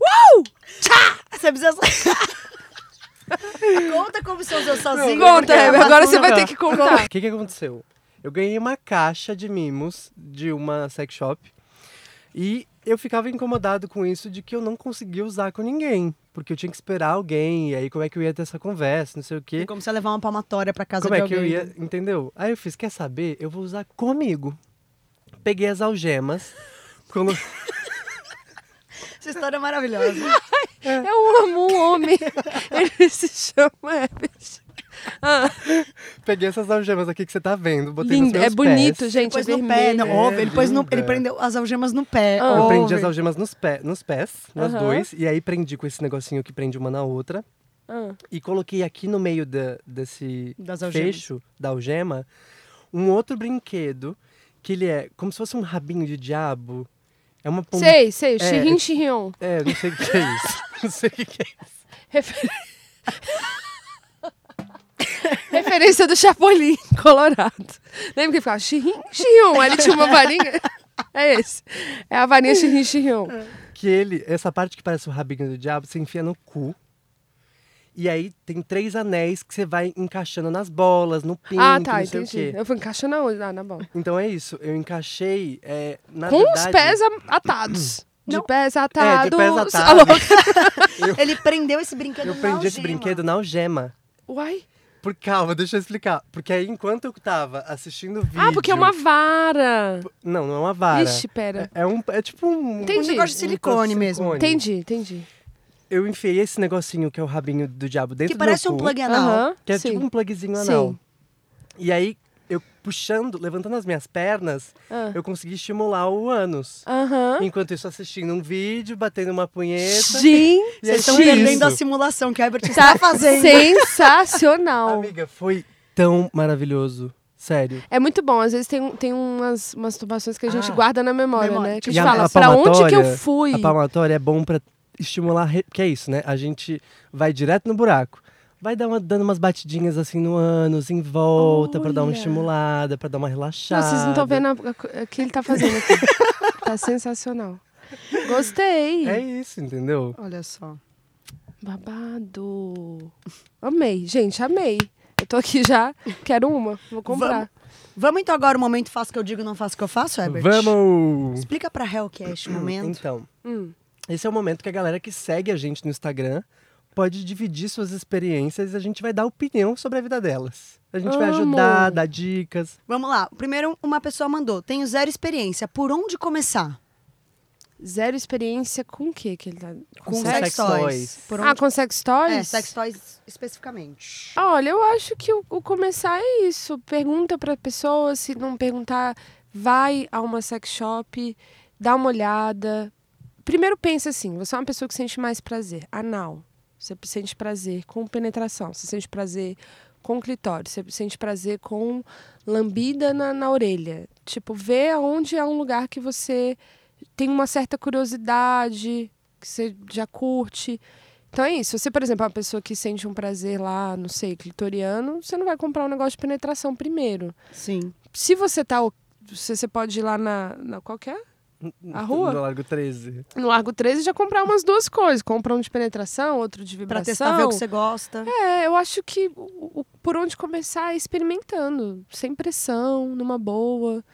Uau! Tchá! Você precisa. é Conta como você usou sozinho. Conta, porque Heber, é agora madura. você vai ter que contar. Tá. O que, que aconteceu? Eu ganhei uma caixa de mimos de uma sex shop e eu ficava incomodado com isso de que eu não conseguia usar com ninguém. Porque eu tinha que esperar alguém, e aí como é que eu ia ter essa conversa, não sei o É quê. como se eu levar uma palmatória pra casa Como de é que alguém. eu ia, né? entendeu? Aí eu fiz, quer saber? Eu vou usar comigo. Peguei as algemas, colo- Essa história é maravilhosa. Eu amo um homem. Ele se chama Herbert. Ah, peguei essas algemas aqui que você tá vendo, botei nos lindo, meus é bonito, pés. gente. Depois é no pé, não, vermelho. ouve, ele, pôs no, linda. ele prendeu as algemas no pé. Ah. Eu ouve. prendi as algemas nos, pé, nos pés, nas Aham. dois, e aí prendi com esse negocinho que prende uma na outra. Ah, e coloquei aqui no meio da- desse Das algemas. fecho da algema um outro brinquedo que ele é como se fosse um rabinho de diabo. É uma pomba. Sei, sei, o É. Chirin Chirin. É, não sei o que é isso. Não sei o que é isso. Refer- Referência do Chapolin Colorado. Lembra que ficava Chirin Chirin? Aí ele tinha uma varinha. É esse. É a varinha Chirin Chirin. Que ele, essa parte que parece o rabinho do diabo, você enfia no cu. E aí tem três anéis que você vai encaixando nas bolas, no pinto, Ah, tá, não sei o entendi. quê. Eu fui encaixando aonde? Ah, na bola. Então é isso. Eu encaixei. é, na Com os verdade, É, pés a- atados. É, De pés atados. atados. Ah, louca. Ele prendeu esse brinquedo Eu na prendi esse algema. brinquedo na algema. Uai. Por calma, deixa eu explicar. Porque aí, enquanto eu tava assistindo o vídeo. Ah, porque é uma vara. Não, não é uma vara. Ixi, pera. É, é um, é tipo um. Entendi. Um negócio de silicone um mesmo. silicone. Entendi, entendi. Eu enfiei esse negocinho que é o rabinho do diabo dentro Que parece do meu um cu, plug anal. Aham, Que é sim. tipo um plugzinho Sim. anal. E aí, eu puxando, levantando as minhas pernas, Ah. eu consegui estimular o ânus. Aham. Enquanto isso, assistindo um vídeo, batendo uma punheta. Gente, E aí, Vocês estão isso. perdendo a simulação que a Herbert tá está fazendo. sensacional. Amiga, foi tão maravilhoso. Sério. É muito bom, às vezes tem, tem umas masturbações que a gente Ah. guarda na memória, Memória. né? E Que a gente a- fala, a pra onde que eu palmatória- fui? A palmatória é bom pra estimular, re- que é isso, né? A gente vai direto no buraco. Vai dar uma- dando umas batidinhas assim no ânus, em volta, pra dar uma Olha. estimulada, pra dar uma Não, relaxada. vocês não estão vendo a- a- o que ele tá fazendo aqui. tá sensacional. Gostei. É isso, entendeu? Olha só. Babado. Amei, gente, amei. Eu tô aqui já, quero uma, vou comprar. Vamos então agora o momento faço o que eu digo, não faço o que eu faço, Herbert? Vamos! Explica pra Hel o que é este momento. Então, Hum. esse é o momento que a galera que segue a gente no Instagram pode dividir suas experiências e a gente vai dar opinião sobre a vida delas. A gente vai Amo. ajudar, dar dicas. Vamos lá. Primeiro, uma pessoa mandou. Tenho zero experiência. Por onde começar? Zero experiência com o que que ele tá... Com sex sex- toys. Por onde... Ah, com sex toys? É, sex toys especificamente. Olha, eu acho que o, o começar é isso. Pergunta pra pessoa, se não perguntar, vai a uma sex shop, dá uma olhada. Primeiro pensa assim, você é uma pessoa que sente mais prazer, anal. Você sente prazer com penetração, você sente prazer com clitóris, você sente prazer com lambida na, na orelha. Tipo, vê aonde é um lugar que você tem uma certa curiosidade, que você já curte. Então é isso. Você, por exemplo, é uma pessoa que sente um prazer lá, não sei, clitoriano, você não vai comprar um negócio de penetração primeiro. Sim. Se você tá. o- se Você pode ir lá na. na qual que é? A rua? No Largo 13. No Largo 13 já comprar umas duas coisas. Compra um de penetração, outro de Pra vibração. testar, ver o que você gosta. É, eu acho que o- o- por onde começar é experimentando. Sem pressão, numa boa.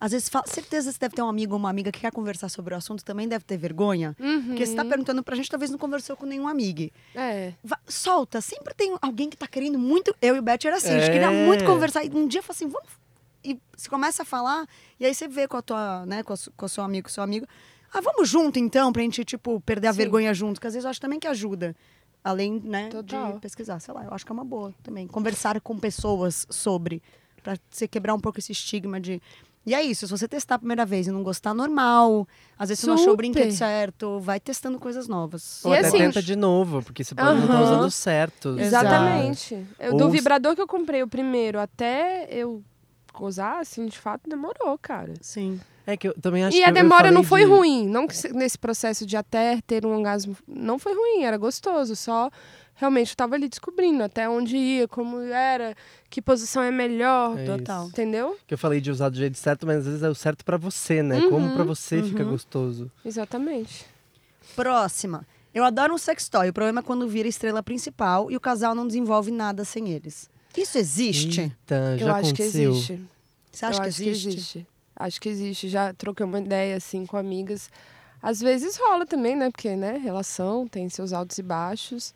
Às vezes, fala... certeza você deve ter um amigo ou uma amiga que quer conversar sobre o assunto, também deve ter vergonha. Porque você tá Uhum. perguntando pra gente, talvez não conversou com nenhum amigo. É. Va- solta, sempre tem alguém que tá querendo muito. Eu e o Beth era assim, a gente É. queria muito conversar. E um dia eu falei assim, vamos. E você começa a falar, e aí você vê com a tua, né, com, a, su- com o seu amigo, com o seu amigo. Ah, vamos junto então, pra gente, tipo, perder a Sim. vergonha junto, que às vezes eu acho também que ajuda. Além, né, de Total. pesquisar, sei lá, eu acho que é uma boa também. Conversar com pessoas sobre, pra você quebrar um pouco esse estigma de. E é isso, se você testar a primeira vez e não gostar, normal. Às vezes você não achou o Super. brinquedo certo, vai testando coisas novas. E Ou até assim- tenta de novo, porque você pode não estar Aham. usando o certo. sabe? Exatamente. Eu, do Ou- vibrador que eu comprei o primeiro até eu gozar, assim, de fato, demorou, cara. Sim. É que eu também acho e que a eu- eu demora não falei foi de- ruim. Não que se- nesse processo de até ter um orgasmo. Não foi ruim, era gostoso. Só realmente eu tava ali descobrindo até onde ia, como era, que posição é melhor. É Total. isso. Entendeu? Que eu falei de usar do jeito certo, mas às vezes é o certo pra você, né? Uhum. Como pra você fica gostoso. Exatamente. Próxima. Eu adoro um sextoy. O problema é quando vira estrela principal e o casal não desenvolve nada sem eles. Isso existe? Eita, já eu acho aconteceu. que existe. Você acha eu que acho existe? que existe. Acho que existe. Já troquei uma ideia, assim, com amigas. Às vezes rola também, né? Porque, né, relação tem seus altos e baixos.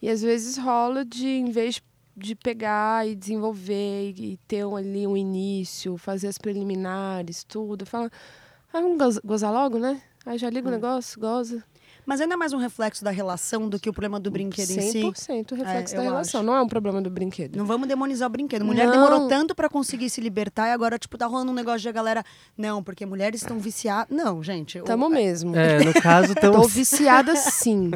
E às vezes rola de, em vez de pegar e desenvolver e e ter um- ali um início, fazer as preliminares, tudo, fala, ah, vamos goza- gozar logo, né? Aí já Hum. liga o negócio, goza. Mas ainda é mais um reflexo da relação do que o problema do brinquedo em si. 100% reflexo É, da eu relação. acho. Não é um problema do brinquedo. Não vamos demonizar o brinquedo. Mulher Não. demorou tanto pra conseguir se libertar e agora, tipo, tá rolando um negócio de a galera. Não, porque mulheres estão viciadas. Não, gente. o- Tamo mesmo. É, no caso, tão... Tô viciada sim.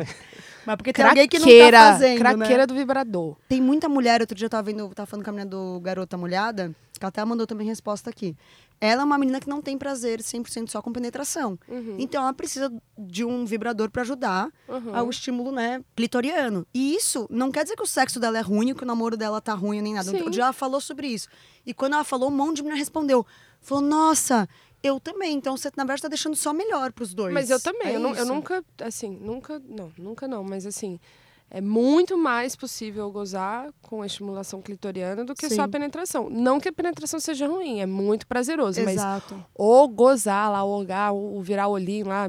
Mas porque tem Craqueira, alguém que não tá fazendo. né? craqueira do vibrador. Tem muita mulher, outro dia eu tava vendo, tava falando com a menina do Garota Molhada, que ela até mandou também resposta aqui. Ela é uma menina que não tem prazer 100% só com penetração. Uhum. Então ela precisa de um vibrador pra ajudar ao estímulo, né, clitoriano. E isso não quer dizer que o sexo dela é ruim, que o namoro dela tá ruim nem nada. Sim. Outro dia ela falou sobre isso. E quando ela falou, um monte de menina respondeu. Falou, nossa, eu também. Então você, na verdade, tá deixando só melhor pros dois. Mas eu também, É eu, nu- eu isso. nunca, assim, nunca, não, nunca não, mas assim, é muito mais possível gozar com a estimulação clitoriana do que só a Sim. penetração. Não que a penetração seja ruim, é muito prazeroso, mas Exato. ou gozar lá, ou, orgar, ou virar o olhinho lá,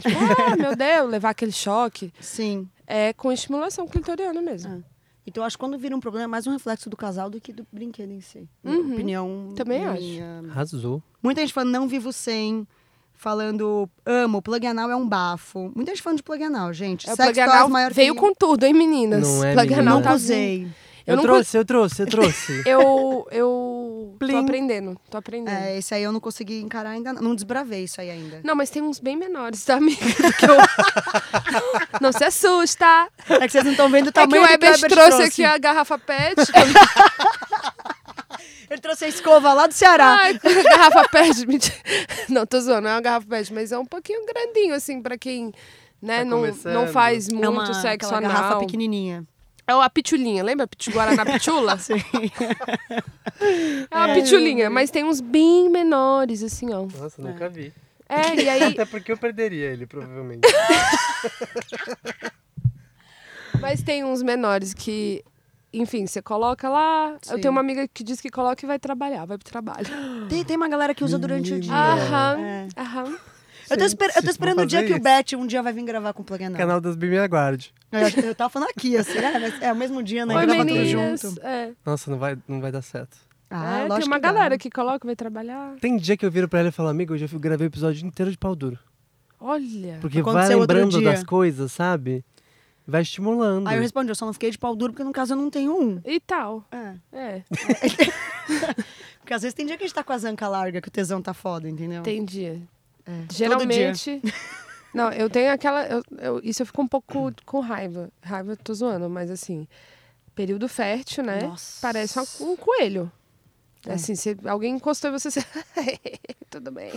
tipo, ah, meu Deus, levar aquele choque, Sim. é com estimulação clitoriana mesmo. Ah. Então, eu acho que quando vira um problema é mais um reflexo do casal do que do brinquedo em si. Uhum. Opinião Também acho. minha. Arrasou. Muita gente falando não vivo sem, falando amo, plug anal é um bafo. Muita gente falando de plug anal, gente. É, o Sex plug anal toys maior veio que... com tudo, hein, meninas? Não é, plug anal menina. Nunca tá usei. Eu Eu, não trouxe, eu trouxe, eu trouxe. Eu, eu tô Plim. aprendendo, tô aprendendo. É, esse aí eu não consegui encarar ainda, não desbravei isso aí ainda. Não, mas tem uns bem menores, tá, amiga? Do que eu... não se assusta. É que vocês não estão vendo o É que tamanho o do Ebert Kleber trouxe aqui a garrafa pet. Ele trouxe a escova lá do Ceará. Ai, garrafa pet. mentira. Não, tô zoando, não é uma garrafa pet, mas é um pouquinho grandinho, assim, pra quem né, Tá não, não começando. faz muito é uma sexo aquela garrafa anal. pequenininha. É a pitulinha, lembra? Pitu Guaraná Pitula? Sim. É uma pitulinha, mas tem uns bem menores, assim, ó. Nossa, nunca vi. É, e aí... Até porque eu perderia ele, provavelmente. Mas tem uns menores que... Enfim, você coloca lá. Eu Sim. tenho uma amiga que diz que coloca e vai trabalhar, vai pro trabalho. Tem, tem uma galera que usa durante o dia. Aham, É. aham. Eu tô, esper- eu tô Vou esperando o dia fazer que o isso. Bet um dia vai vir gravar com o Plug Anal. Canal das Bibi me aguarde. Eu, eu tava falando aqui, assim, né? Mas é o mesmo dia, né? Oi, Grava tudo meninas. junto. É. Nossa, não vai, não vai dar certo. Ah, É, lógico tem uma que dá. galera que coloca, vai trabalhar. Tem dia que eu viro pra ela e falo, amigo, hoje eu fui- gravei o episódio inteiro de pau duro. Olha. Porque vai Aconteceu outro lembrando dia. das coisas, sabe? Vai estimulando. Aí eu respondi, eu só não fiquei de pau duro porque no caso eu não tenho um. E tal. É. É, Porque às vezes tem dia que a gente tá com a zanca larga, que o tesão tá foda, entendeu? entendi. É. Geralmente. Não, eu tenho aquela. eu- eu- isso eu fico um pouco com raiva. Raiva, eu tô zoando, mas assim. Período fértil, né? Nossa. Parece uma- um coelho. É. Assim, se alguém encostou em você, você. Tudo bem.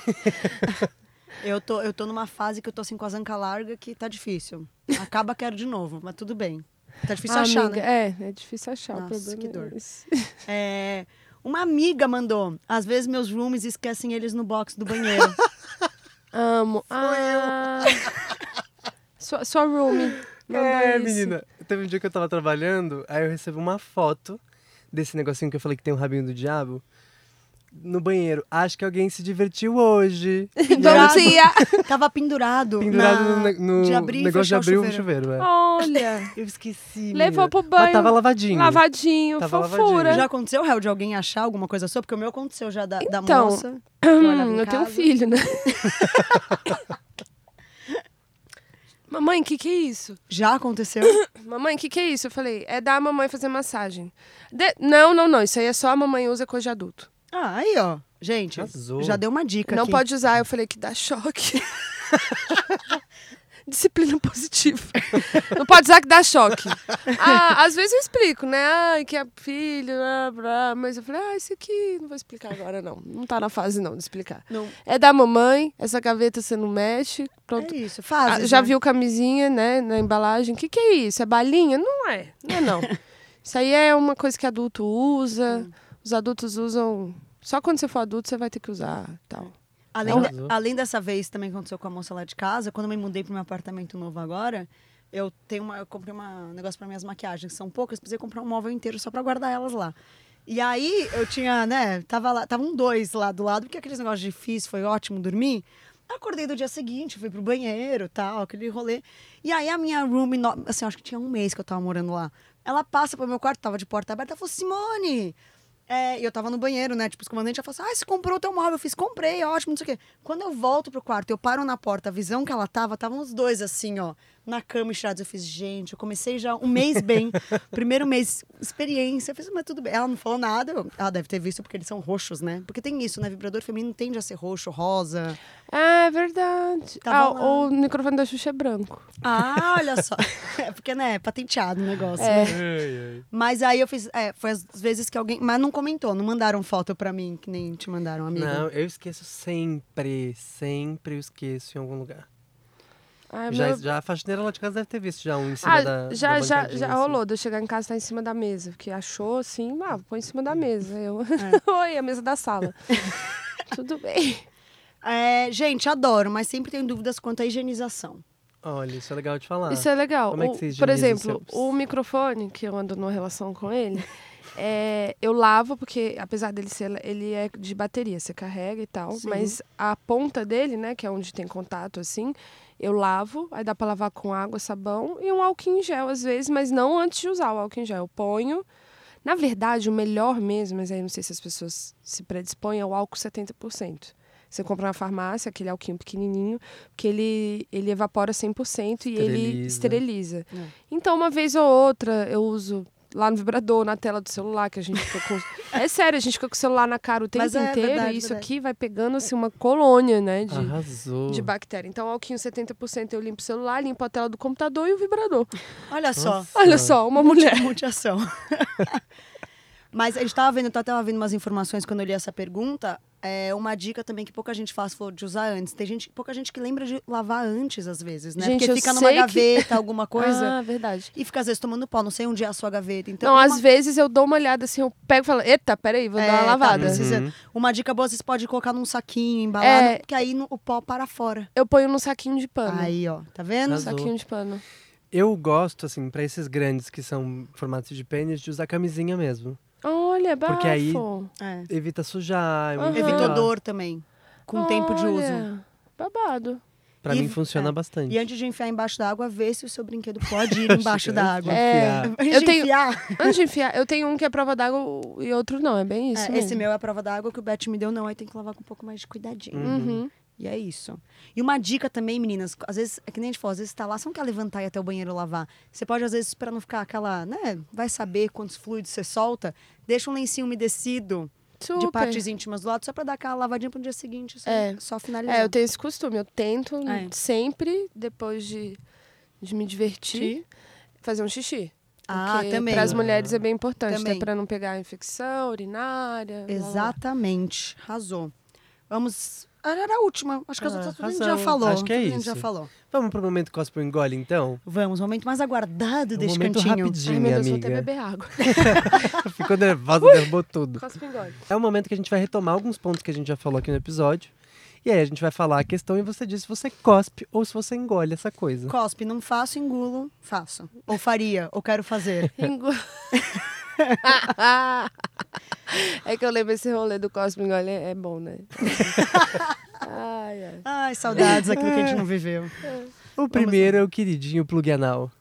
Eu tô, eu tô numa fase que eu tô assim com a zanca larga que tá difícil. Acaba quero de novo, mas tudo bem. Tá difícil Ah, achar, amiga, né? É, é difícil achar. o Nossa, problema que dor. É esse. É, uma amiga mandou. Às vezes meus roomies esquecem eles no box do banheiro. Amo. ah. Sua, sua roomie. mandou É, isso. menina. Teve um dia que eu tava trabalhando, aí eu recebo uma foto desse negocinho que eu falei que tem um rabinho do diabo no banheiro. Acho que alguém se divertiu hoje. Bom dia. Tava pendurado. Pendurado na- no ne- no, de abrir e negócio de fechar o abrir o chuveiro. chuveiro. é. Olha. Eu esqueci. Levou menina. pro Mas banho. tava lavadinho. Lavadinho, Tava fofura. Já aconteceu, réu, de alguém achar alguma coisa sua? Porque o meu aconteceu já da, da Então, moça. que morava Hum, em eu tenho um casa. filho, né? mamãe, o que, que é isso? Já aconteceu? Mamãe, o que, que é isso? Eu falei, é da mamãe fazer massagem. De- Não, não, não. Isso aí é só a mamãe usa coisa de adulto. Ah, aí, ó. Gente, Arrasou. já deu uma dica não aqui. pode usar. Eu falei que dá choque. Disciplina positiva. Não pode usar que dá choque. Ah, às vezes eu explico, né? Ai, que é filho, blá, blá. Mas eu falei, ah, isso aqui não vou explicar agora, não. Não tá na fase, não, de explicar. Não. É da mamãe, essa gaveta você não mexe. Pronto. É isso, Ah, faz. já viu camisinha, né, na embalagem? O que, que é isso? É balinha? Não é, não é não. isso aí é uma coisa que adulto Hum. usa. Os adultos usam. Só quando você for adulto você vai ter que usar e tal. Além, Ela da- arrasou. além dessa vez também que aconteceu com a moça lá de casa, quando eu me mudei para meu apartamento novo agora, eu tenho uma, eu comprei uma- um negócio para minhas maquiagens, que são poucas, precisei comprar um móvel inteiro só para guardar elas lá. E aí eu tinha, né, tava lá, estavam dois lá do lado, porque aqueles negócios de fiz foi ótimo dormir. Acordei do dia seguinte, fui pro banheiro, tal, aquele rolê. E aí a minha room, assim, acho que tinha um mês que eu tava morando lá. Ela passa pro meu quarto, tava de porta aberta, ela falou: "Simone, é, e eu tava no banheiro, né? Tipo, os comandantes já falaram assim: ah, você comprou o teu móvel? Eu fiz, comprei, ótimo, não sei o quê. Quando eu volto pro quarto, eu paro na porta, a visão que ela tava, estavam os dois assim, ó, na cama estirados. Eu fiz, gente, eu comecei já um mês bem, primeiro mês, experiência. Eu fiz, mas tudo bem. Ela não falou nada, eu- ela deve ter visto porque eles são roxos, né? Porque tem isso, né? Vibrador feminino tende a ser roxo, rosa. É verdade. Tava Ah, lá. o microfone da Xuxa é branco. Ah, olha só. É porque, né? É patenteado o negócio. né? É. Ai, ai. Mas aí eu fiz, é, foi as vezes que alguém. Mas não comentou, não mandaram foto pra mim, que nem te mandaram, amigo. Não, eu esqueço sempre. Sempre eu esqueço em algum lugar. Ah, já, meu- já a faxineira lá de casa deve ter visto já um em cima Ah, da. já, da já, bancadinha, já assim. rolou de eu chegar em casa e tá em cima da mesa. Porque achou assim, ah, põe em cima da mesa. Eu, oi, a mesa da sala. Tudo bem. É, gente, adoro, mas sempre tenho dúvidas quanto à higienização. Olha, isso é legal de falar. Isso é legal. Como é que O- você por higieniza os exemplo, seus? o microfone, que eu ando numa relação com ele, É, eu lavo, porque apesar dele ser. Ele é de bateria, você carrega e tal. Sim. Mas a ponta dele, né, que é onde tem contato, assim, eu lavo. Aí dá pra lavar com água, sabão e um álcool em gel, às vezes, mas não antes de usar o álcool em gel. Eu ponho. Na verdade, o melhor mesmo, mas aí não sei se as pessoas se predispõem, é o álcool 70%. Você compra na farmácia aquele alquinho pequenininho, porque ele, ele evapora 100% e ele esteriliza. É. Então, uma vez ou outra, eu uso lá no vibrador, na tela do celular, que a gente fica com... é sério, a gente fica com o celular na cara o tempo Mas é inteiro verdade, e isso verdade. aqui vai pegando assim, uma colônia, né, de, Arrasou. de bactéria. Então, alquinho 70% eu limpo o celular, limpo a tela do computador e o vibrador. Olha só. Nossa. Olha só, uma mulher. Multiação. Mas a gente tava vendo, eu tava vendo umas informações quando eu li essa pergunta. É uma dica também que pouca gente faz, falou de usar antes. Tem gente, pouca gente que lembra de lavar antes, às vezes, né? Gente, Porque eu fica numa sei que- gaveta, alguma coisa. Ah, verdade. E fica às vezes tomando pau, não sei onde é a sua gaveta. Então, não, uma, às vezes eu dou uma olhada assim, eu pego e falo, eita, peraí, vou dar É, uma tá, lavada. precisa- uma dica boa, vocês podem colocar num saquinho, embalar, É. no- que aí no- o pó para fora. Eu ponho num saquinho de pano. Aí, ó, tá vendo? Um Arrasou. saquinho de pano. Eu gosto, assim, pra esses grandes que são formatos de pênis, de usar camisinha mesmo. Olha, bafo. Porque aí- É. Evita sujar. é muito Aham. Evita melhor. odor também, com o tempo de uso. Olha, Babado. Pra E- mim funciona é. bastante. E antes de enfiar embaixo da água, vê se o seu brinquedo pode ir embaixo da água. É. Antes Eu de tenho- enfiar, Antes de enfiar, eu tenho um que é prova d'água e outro não, é bem isso. É, mesmo. esse meu é a prova da água que o Beth me deu, não. Aí tem que lavar com um pouco mais de cuidadinho. Uhum. E é isso. E uma dica também, meninas, às vezes, é que nem a gente falou, às vezes tá lá, você não quer levantar e ir até o banheiro lavar. Você pode, às vezes, para não ficar aquela, né? Vai saber quantos fluidos você solta, deixa um lencinho umedecido Super. de partes íntimas do lado, só pra dar aquela lavadinha pro dia seguinte, só, É. só finalizar. É, eu tenho esse costume. Eu tento É. sempre, depois de, de me divertir, fazer um xixi. ah, porque também. Para as mulheres é bem importante, Também. até para não pegar infecção urinária. blá, blá, blá. Exatamente. Razou. Vamos. Era a última. Acho que as Ah, outras tudo a gente já razão. falou. Acho que é Tudo A gente já isso. falou. Vamos pro momento cospe engole, então? Vamos, momento mais aguardado É um deste momento cantinho. rapidinho, Ai, meu Deus, vou amiga. até beber água. Ficou nervosa, derrubou tudo. Cospe e engole. É o momento que a gente vai retomar alguns pontos que a gente já falou aqui no episódio. E aí a gente vai falar a questão e você diz se você cospe ou se você engole essa coisa. Cospe, não faço, engulo, faço. Ou faria, ou quero fazer. Engo- é que eu lembro esse rolê do Cosme Engole, é bom, né? ai, ai. Ai, saudades daquilo que a gente não viveu. O primeiro é o queridinho plug anal.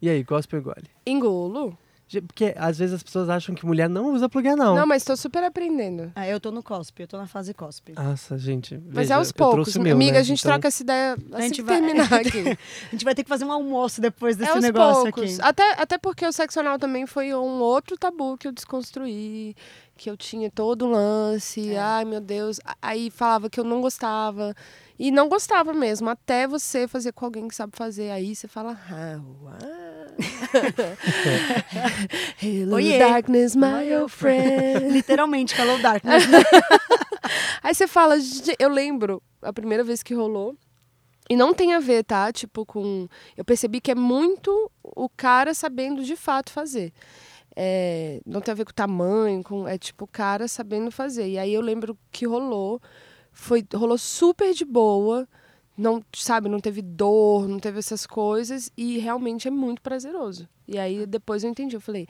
E aí, cospe ou engole? Engolo? Ge- Porque às vezes as pessoas acham que mulher não usa plug anal. Não, mas tô super aprendendo. Ah, eu tô no cospe, eu tô na fase cospe. Nossa, gente. Mas veja, é aos eu poucos. trouxe o meu, Amiga, né? a gente Então, troca essa ideia assim gente que vai- terminar aqui. A gente vai ter que fazer um almoço depois é desse aos negócio poucos. aqui. Ah, Até, até porque o sexo anal também foi um outro tabu que eu desconstruí, que eu tinha todo um lance, É. ai meu Deus. A- Aí falava que eu não gostava. E não gostava mesmo, até você fazer com alguém que sabe fazer. Aí você fala, ah, uau. Hello, Oiê. darkness, my old friend. Literalmente, Hello Darkness. Aí você fala, "Gente, eu lembro a primeira vez que rolou. E não tem a ver, tá? Tipo, com. Eu percebi que é muito o cara sabendo de fato fazer. É, não tem a ver com o tamanho, com... é tipo o cara sabendo fazer. E aí eu lembro que rolou. Foi, rolou super de boa. Não, sabe, não teve dor, não teve essas coisas. E realmente é muito prazeroso. E aí depois eu entendi. Eu falei,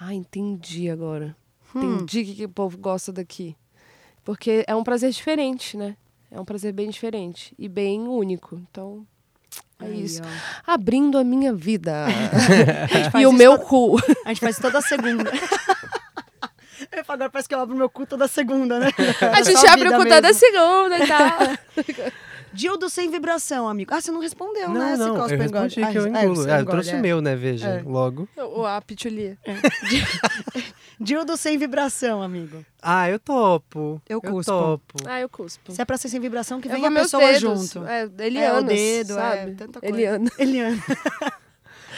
ah, entendi agora. Entendi o que, que o povo gosta daqui. Porque é um prazer diferente, né? É um prazer bem diferente e bem único. Então, é Aí, isso. ó. Abrindo a minha vida faz e o isso meu toda- cu. A gente faz toda segunda. Eu falo, Agora parece que eu abro meu cu toda segunda, né? A gente Só abre o vida cu toda mesmo. segunda e tal. Dildo sem vibração, amigo. Ah, você não respondeu, né? Não, Esse não, cospe eu engole. respondi Ah, que eu é, engulo. você Ah, eu engole, trouxe é. o meu, né, veja, É. logo. Ou a pitulia. Dildo sem vibração, amigo. Ah, eu topo. Eu cuspo. topo. Ah, eu cuspo. Se é pra ser sem vibração, que eu vem vou a meus pessoa dedos. junto. É, Eliana, É, o dedo, sabe? é, tanta coisa. Eliana. Eliana.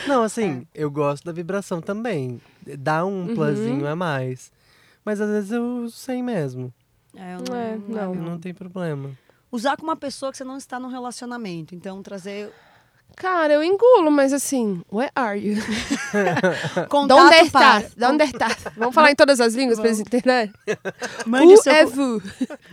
Não, assim, É. eu gosto da vibração também. Dá Uhum. um plusinho a mais. Mas às vezes eu sei mesmo. É, eu É, não. Não tem problema. Usar com uma pessoa que você não está num relacionamento. Então, trazer Cara, eu engulo, mas assim, where are you? Contato Donde está? para... Donde está? Vamos falar em todas as línguas pra eles entenderem? Mande Who seu, é cu- vous?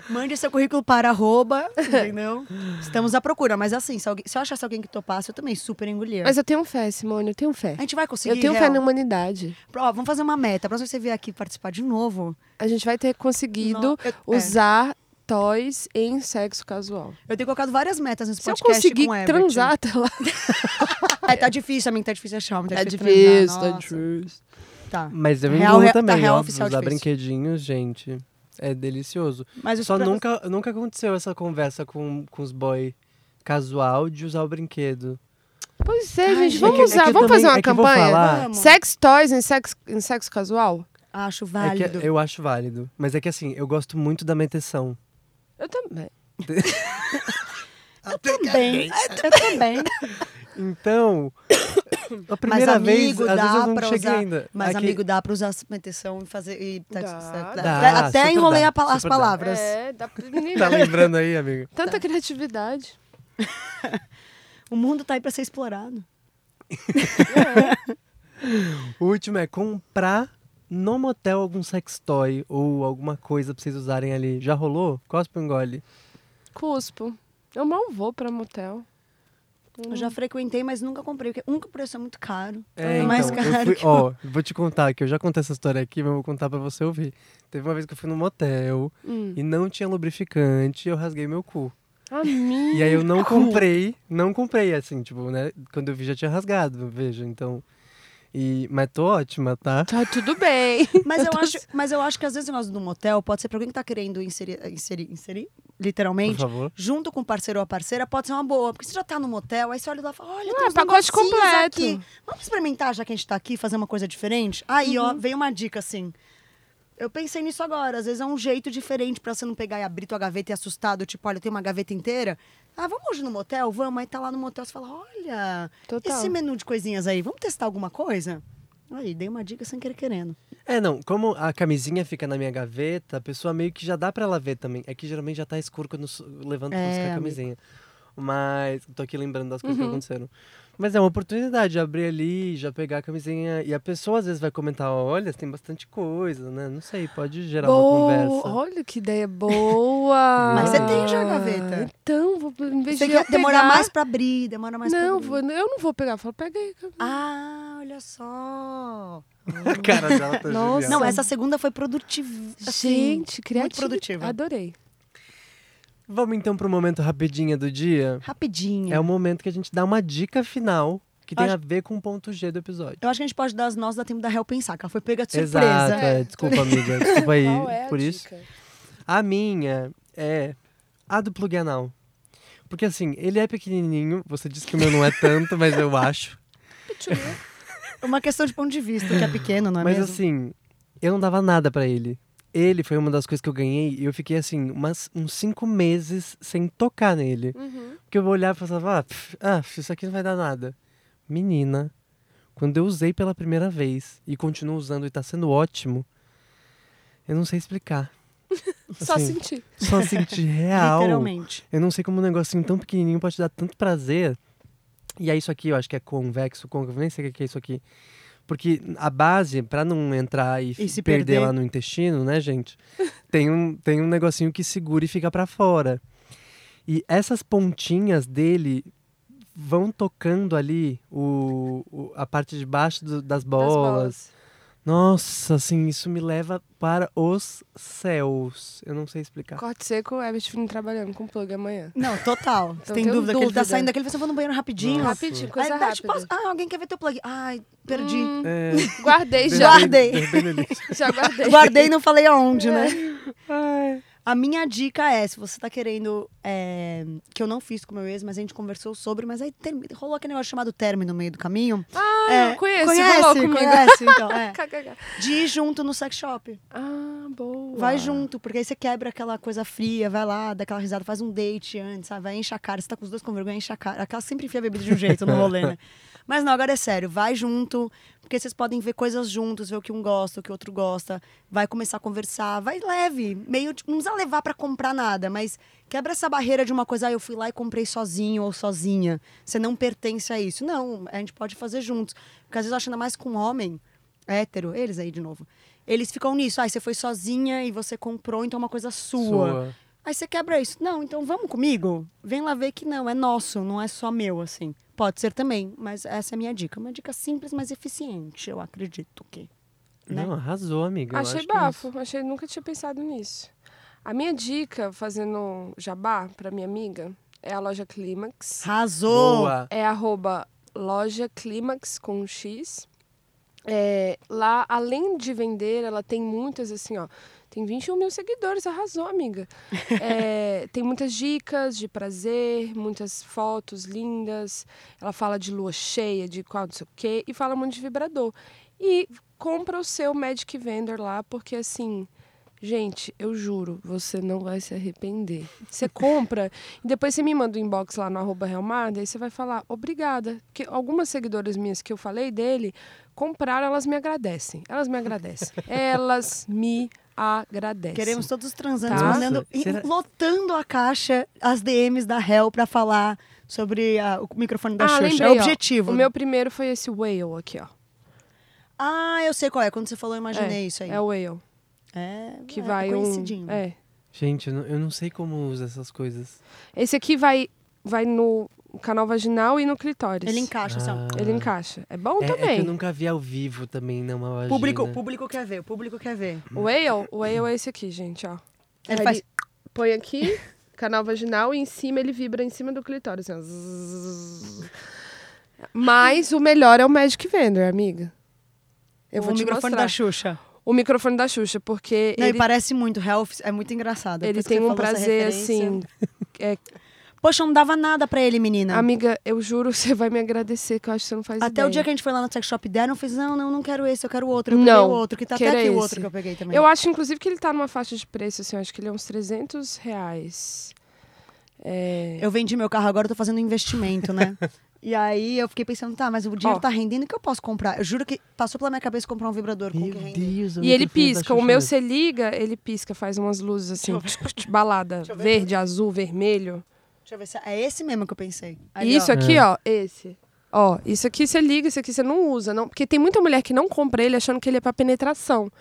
mande seu currículo para arroba, entendeu? Estamos à procura. Mas assim, se, alguém, se eu achasse alguém que topasse, eu também super engolia. Mas eu tenho fé, Simone, eu tenho fé. A gente vai conseguir, Eu tenho fé real. na humanidade. Ó, vamos fazer uma meta. Pra você vir aqui participar de novo, A gente vai ter conseguido Não, eu- é. usar toys em sexo casual. eu tenho colocado várias metas nesse Se eu podcast conseguir com o Everett. transar até lá. É, tá difícil, amigo. Tá difícil achar. homem, Tá, É difícil, difícil, transar, é nossa. difícil. Tá. Mas eu Real, engulo re- tá também, real óbvio, oficial usar difícil. brinquedinhos, gente. É delicioso. Mas eu Só super- nunca, nunca aconteceu essa conversa com, com os boy casual de usar o brinquedo. Pois é, Ai, gente, gente, vamos é que- usar, é que eu vamos também- fazer uma é que eu vou campanha? falar- Vamos. Sex toys em sexo, em sexo casual? Acho É que válido. eu acho válido. Mas é que assim, eu gosto muito da meteção. Eu também. Também. Eu também. Então, a primeira vez, amigo, às vezes eu dá não pra cheguei usar- ainda. Mas, Aqui- amigo, dá pra usar a meteção e fazer. e tá- Dá, tá- dá. até- Dá, até super enrolei dá, a pala- as super dá. palavras. É, dá pra Tá lembrando aí, amigo? Tanta criatividade. O mundo tá aí pra ser explorado. O último é comprar no motel algum sextoy ou alguma coisa pra vocês usarem ali. Já rolou? Cospe um ou engole? Cuspo. Eu mal vou pra motel. Eu já frequentei, mas nunca comprei. Porque um que o preço é muito caro. Uhum. É, É mais então, eu caro fui- que o- ó, vou te contar que eu já contei essa história aqui, mas eu vou contar pra você ouvir. Teve uma vez que eu fui num motel Hum. e não tinha lubrificante, eu rasguei meu cu. Amigo. E aí eu não comprei, não comprei assim, tipo, né? Quando eu vi já tinha rasgado, veja, então. E, mas tô ótima, tá? Tá tudo bem. Mas eu, tô- assim. acho, mas eu acho que às vezes o negócio do motel pode ser pra alguém que tá querendo inserir, inserir, inserir Por literalmente, favor. junto com o parceiro ou a parceira, pode ser uma boa. Porque você já tá no motel, aí você olha lá e fala, olha, Ah, tem uns pacote negocinhos completo. aqui. Vamos experimentar, já que a gente tá aqui, fazer uma coisa diferente? Aí, Uhum. ó, veio uma dica assim. Eu pensei nisso agora. Às vezes é um jeito diferente pra você não pegar e abrir tua gaveta e assustado, tipo, olha, tem uma gaveta inteira. Ah, vamos hoje no motel? Vamos. Aí tá lá no motel, você fala, olha, Total. esse menu de coisinhas aí, vamos testar alguma coisa? Aí, dei uma dica sem querer querendo. É, não, como a camisinha fica na minha gaveta, a pessoa meio que já dá pra ela ver também. É que geralmente já tá escuro quando eu su- levanto pra É, buscar a amigo. camisinha. Mas, tô aqui lembrando das coisas que aconteceram. Mas é uma oportunidade de abrir ali, já pegar a camisinha. E a pessoa às vezes vai comentar: olha, tem bastante coisa, né? Não sei, pode gerar uma Boa. conversa. Olha que ideia boa. Mas você tem já a gaveta. Então, vou, em vez Você de quer eu demorar pegar- mais pra abrir, demora mais pra não, abrir. vou- eu não vou pegar. Fala, pega aí. cara. Ah, olha só. A cara dela tá genial. Nossa. Não, essa segunda foi produtiva. assim, Gente, criativa. produtiva. Adorei. Vamos então pro momento rapidinho do dia. rapidinha. É o momento que a gente dá uma dica final que tem Acho- a ver com o ponto G do episódio. Eu acho que a gente pode dar as nossas, dá tempo da Hel pensar, que ela foi pega de Exato, surpresa. é, É. desculpa, amiga. Desculpa aí Qual é a por isso. dica? A minha é a do plug anal. Porque assim, ele é pequenininho, você disse que o meu não é tanto, mas eu acho. Continua. É Uma questão de ponto de vista, que é pequeno, não é mas mesmo? assim, eu não dava nada pra ele. Ele foi uma das coisas que eu ganhei e eu fiquei assim, umas, uns cinco meses sem tocar nele. Uhum. Porque eu olhava e pensava, ah, pff, ah, pff, isso aqui não vai dar nada. Menina, quando eu usei pela primeira vez e continuo usando e tá sendo ótimo, eu não sei explicar. Só Assim, sentir. Só senti é real. Literalmente. Eu não sei como um negocinho tão pequenininho pode te dar tanto prazer. E é isso aqui, eu acho que é convexo, côncavo, nem sei o que é isso aqui. Porque a base, pra não entrar e, E se perder, perder. lá no intestino, né, gente? Tem um, tem um negocinho que segura e fica pra fora. E essas pontinhas dele vão tocando ali o, o- a parte de baixo do- das Das bolas. Nossa, assim, isso me leva para os céus. Eu não sei explicar. Corte seco, Herbert Filho trabalhando com plug amanhã. Não, total. Você tem tenho dúvida, que ele tá Então um dúvida. saindo daquele, você vai no banheiro rapidinho. Nossa. Rapidinho, Aí, coisa Beth, rápida. posso- Ah, alguém quer ver teu plug? Ai, perdi. Hum, É, guardei Bem- já. Guardei. derrubei no lixo. Já guardei. Guardei e não falei É. aonde, né? A minha dica é, se você tá querendo. é, que eu não fiz com o meu ex, mas a gente conversou sobre, mas aí termi- rolou aquele negócio chamado término no meio do caminho. Ah, É, conheço, conhece, rolou comigo. conhece, então, é. KKK. De ir junto no sex shop. Ah, boa. Vai junto, porque aí você quebra aquela coisa fria, vai lá, dá aquela risada, faz um date antes, sabe? Vai enche a cara, você tá com os dois com vergonha, enche a cara. Aquela sempre enfia a bebida de um jeito no rolê, né? Mas não, agora é sério, vai junto, porque vocês podem ver coisas juntos, ver o que um gosta, o que o outro gosta, vai começar a conversar, vai leve, meio, tipo, não precisa levar pra comprar nada, mas quebra essa barreira de uma coisa, ah, eu fui lá e comprei sozinho ou sozinha. Você não pertence a isso. Não, a gente pode fazer juntos. Porque às vezes eu acho ainda mais com homem hétero, eles aí de novo. Eles ficam nisso, ah, você foi sozinha e você comprou, então é uma coisa sua. Né? Sua. Aí você quebra isso. Não, então vamos comigo? Vem lá ver que não, é nosso, não é só meu, assim. Pode ser também, mas essa é a minha dica. Uma dica simples, mas eficiente, eu acredito que. Né? Não, arrasou, amiga. Eu Achei acho que é bafo, achei, nunca tinha pensado nisso. A minha dica, fazendo um jabá pra minha amiga, é a loja Climax. Arrasou! Boa. é arroba loja Climax com um X. É, lá, além de vender, ela tem muitas, assim, ó. Tem 21 mil seguidores, arrasou, amiga. É, tem muitas dicas de prazer, muitas fotos lindas. Ela fala de lua cheia, de qual não sei o quê, e fala muito de vibrador. E compra o seu Magic Vendor lá, porque assim. Gente, eu juro, você não vai se arrepender. Você compra e depois você me manda um inbox lá no arroba Realmar, daí você vai falar, obrigada. Porque algumas seguidoras minhas que eu falei dele compraram, elas me agradecem. Elas me agradecem. elas me agradecem. Queremos todos os transantes É Tá. mandando e Será- lotando a caixa, as DMs da Hell pra falar sobre a- o microfone da Ah, Xuxa. lembrei, é ó. o objetivo. O meu primeiro foi esse whale aqui, ó. Ah, eu sei qual é. Quando você falou, eu imaginei isso aí. É o whale. É, Que é vai conhecidinho. um. É. Gente, eu não, eu não sei como usa essas coisas. Esse aqui vai, vai no canal vaginal e no clitóris. Ele encaixa, assim, ó. Ah. Ele encaixa. É bom É, é também. que eu nunca vi ao vivo também, não, uma vagina. Público, público quer ver, o público quer ver. O whale, o whale é esse aqui, gente, ó. Ele Aí faz- põe aqui, canal vaginal, e em cima ele vibra em cima do clitóris. assim, ó, zzzz. Mas o melhor é o Magic Vendor, amiga. Eu o vou te microfone mostrar. da Xuxa. O microfone da Xuxa, porque Não, e ele, parece muito, Hell é muito engraçado. ele Depois que tem você um falou essa prazer, referência. assim... é, Poxa, eu não dava nada pra ele, menina. amiga, eu juro, você vai me agradecer, que eu acho que você não faz Até o ideia. dia que a gente foi lá no sex shop deram, eu fiz, não, não, não quero esse, eu quero outro. Eu Não, peguei o outro, que tá até quero aqui o esse. outro que eu peguei também. Eu acho, inclusive, que ele tá numa faixa de preço, assim, eu acho que ele é uns 300 reais. É... Eu vendi meu carro agora, eu tô fazendo um investimento, né? e aí eu fiquei pensando, tá, mas o dinheiro Ó. tá rendendo, o que eu posso comprar? Eu juro que passou pela minha cabeça comprar um vibrador com o Meu que rende. Deus, o E microfone ele da pisca. O Xuxa meu mesmo. você liga, ele pisca, faz umas luzes assim, tch, tch, tch, balada, verde, azul, vermelho. Deixa eu ver se é esse mesmo que eu pensei. Ali, isso ó. aqui, É. ó, esse. Ó, isso aqui você liga, isso aqui você não usa, não, porque tem muita mulher que não compra ele achando que ele é pra penetração.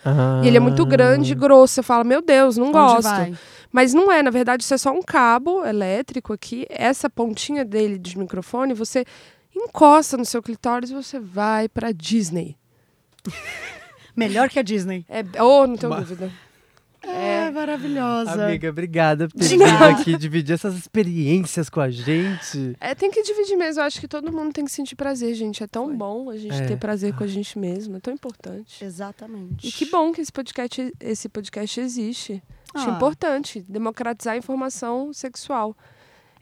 E ele é muito Ah. grande, e grosso, você fala: "Meu Deus, não Onde gosto". vai? Mas não é, na verdade, isso é só um cabo elétrico aqui. Essa pontinha dele de microfone, você encosta no seu clitóris e você vai pra Disney. Melhor que a Disney. É, oh, não tenho dúvida. É, maravilhosa. Amiga, obrigada por ter De vindo nada. aqui dividir essas experiências com a gente. É, tem que dividir mesmo. Eu acho que todo mundo tem que sentir prazer, gente. É tão bom a gente É. ter prazer com a gente mesmo. É tão importante. Exatamente. E que bom que esse podcast, esse podcast existe. Acho Ah. importante democratizar a informação sexual.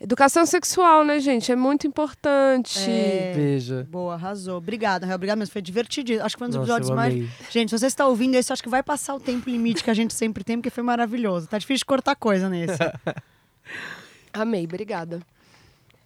Educação sexual, né, gente? É muito importante. É. Veja. Boa, arrasou. Obrigada, Rael. Obrigada mesmo. Foi divertido. Acho que foi um dos Nossa, episódios eu mais. amei. Gente, se você está ouvindo esse, acho que vai passar o tempo limite que a gente sempre tem, porque foi maravilhoso. Tá difícil de cortar coisa nesse. Amei, obrigada.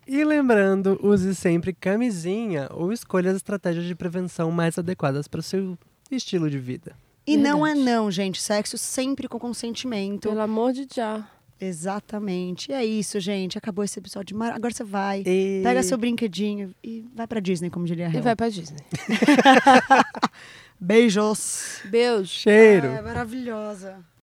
E lembrando, use sempre camisinha ou escolha as estratégias de prevenção mais adequadas para o seu estilo de vida. E não é Verdade. não, gente. Sexo sempre com consentimento. Pelo amor de já. Exatamente. E é isso, gente. Acabou esse episódio. Mar... Agora você vai. E... Pega seu brinquedinho e vai pra Disney, como diria a E Hel. vai pra Disney. Beijos. Beijo. cheiro. É, É, maravilhosa.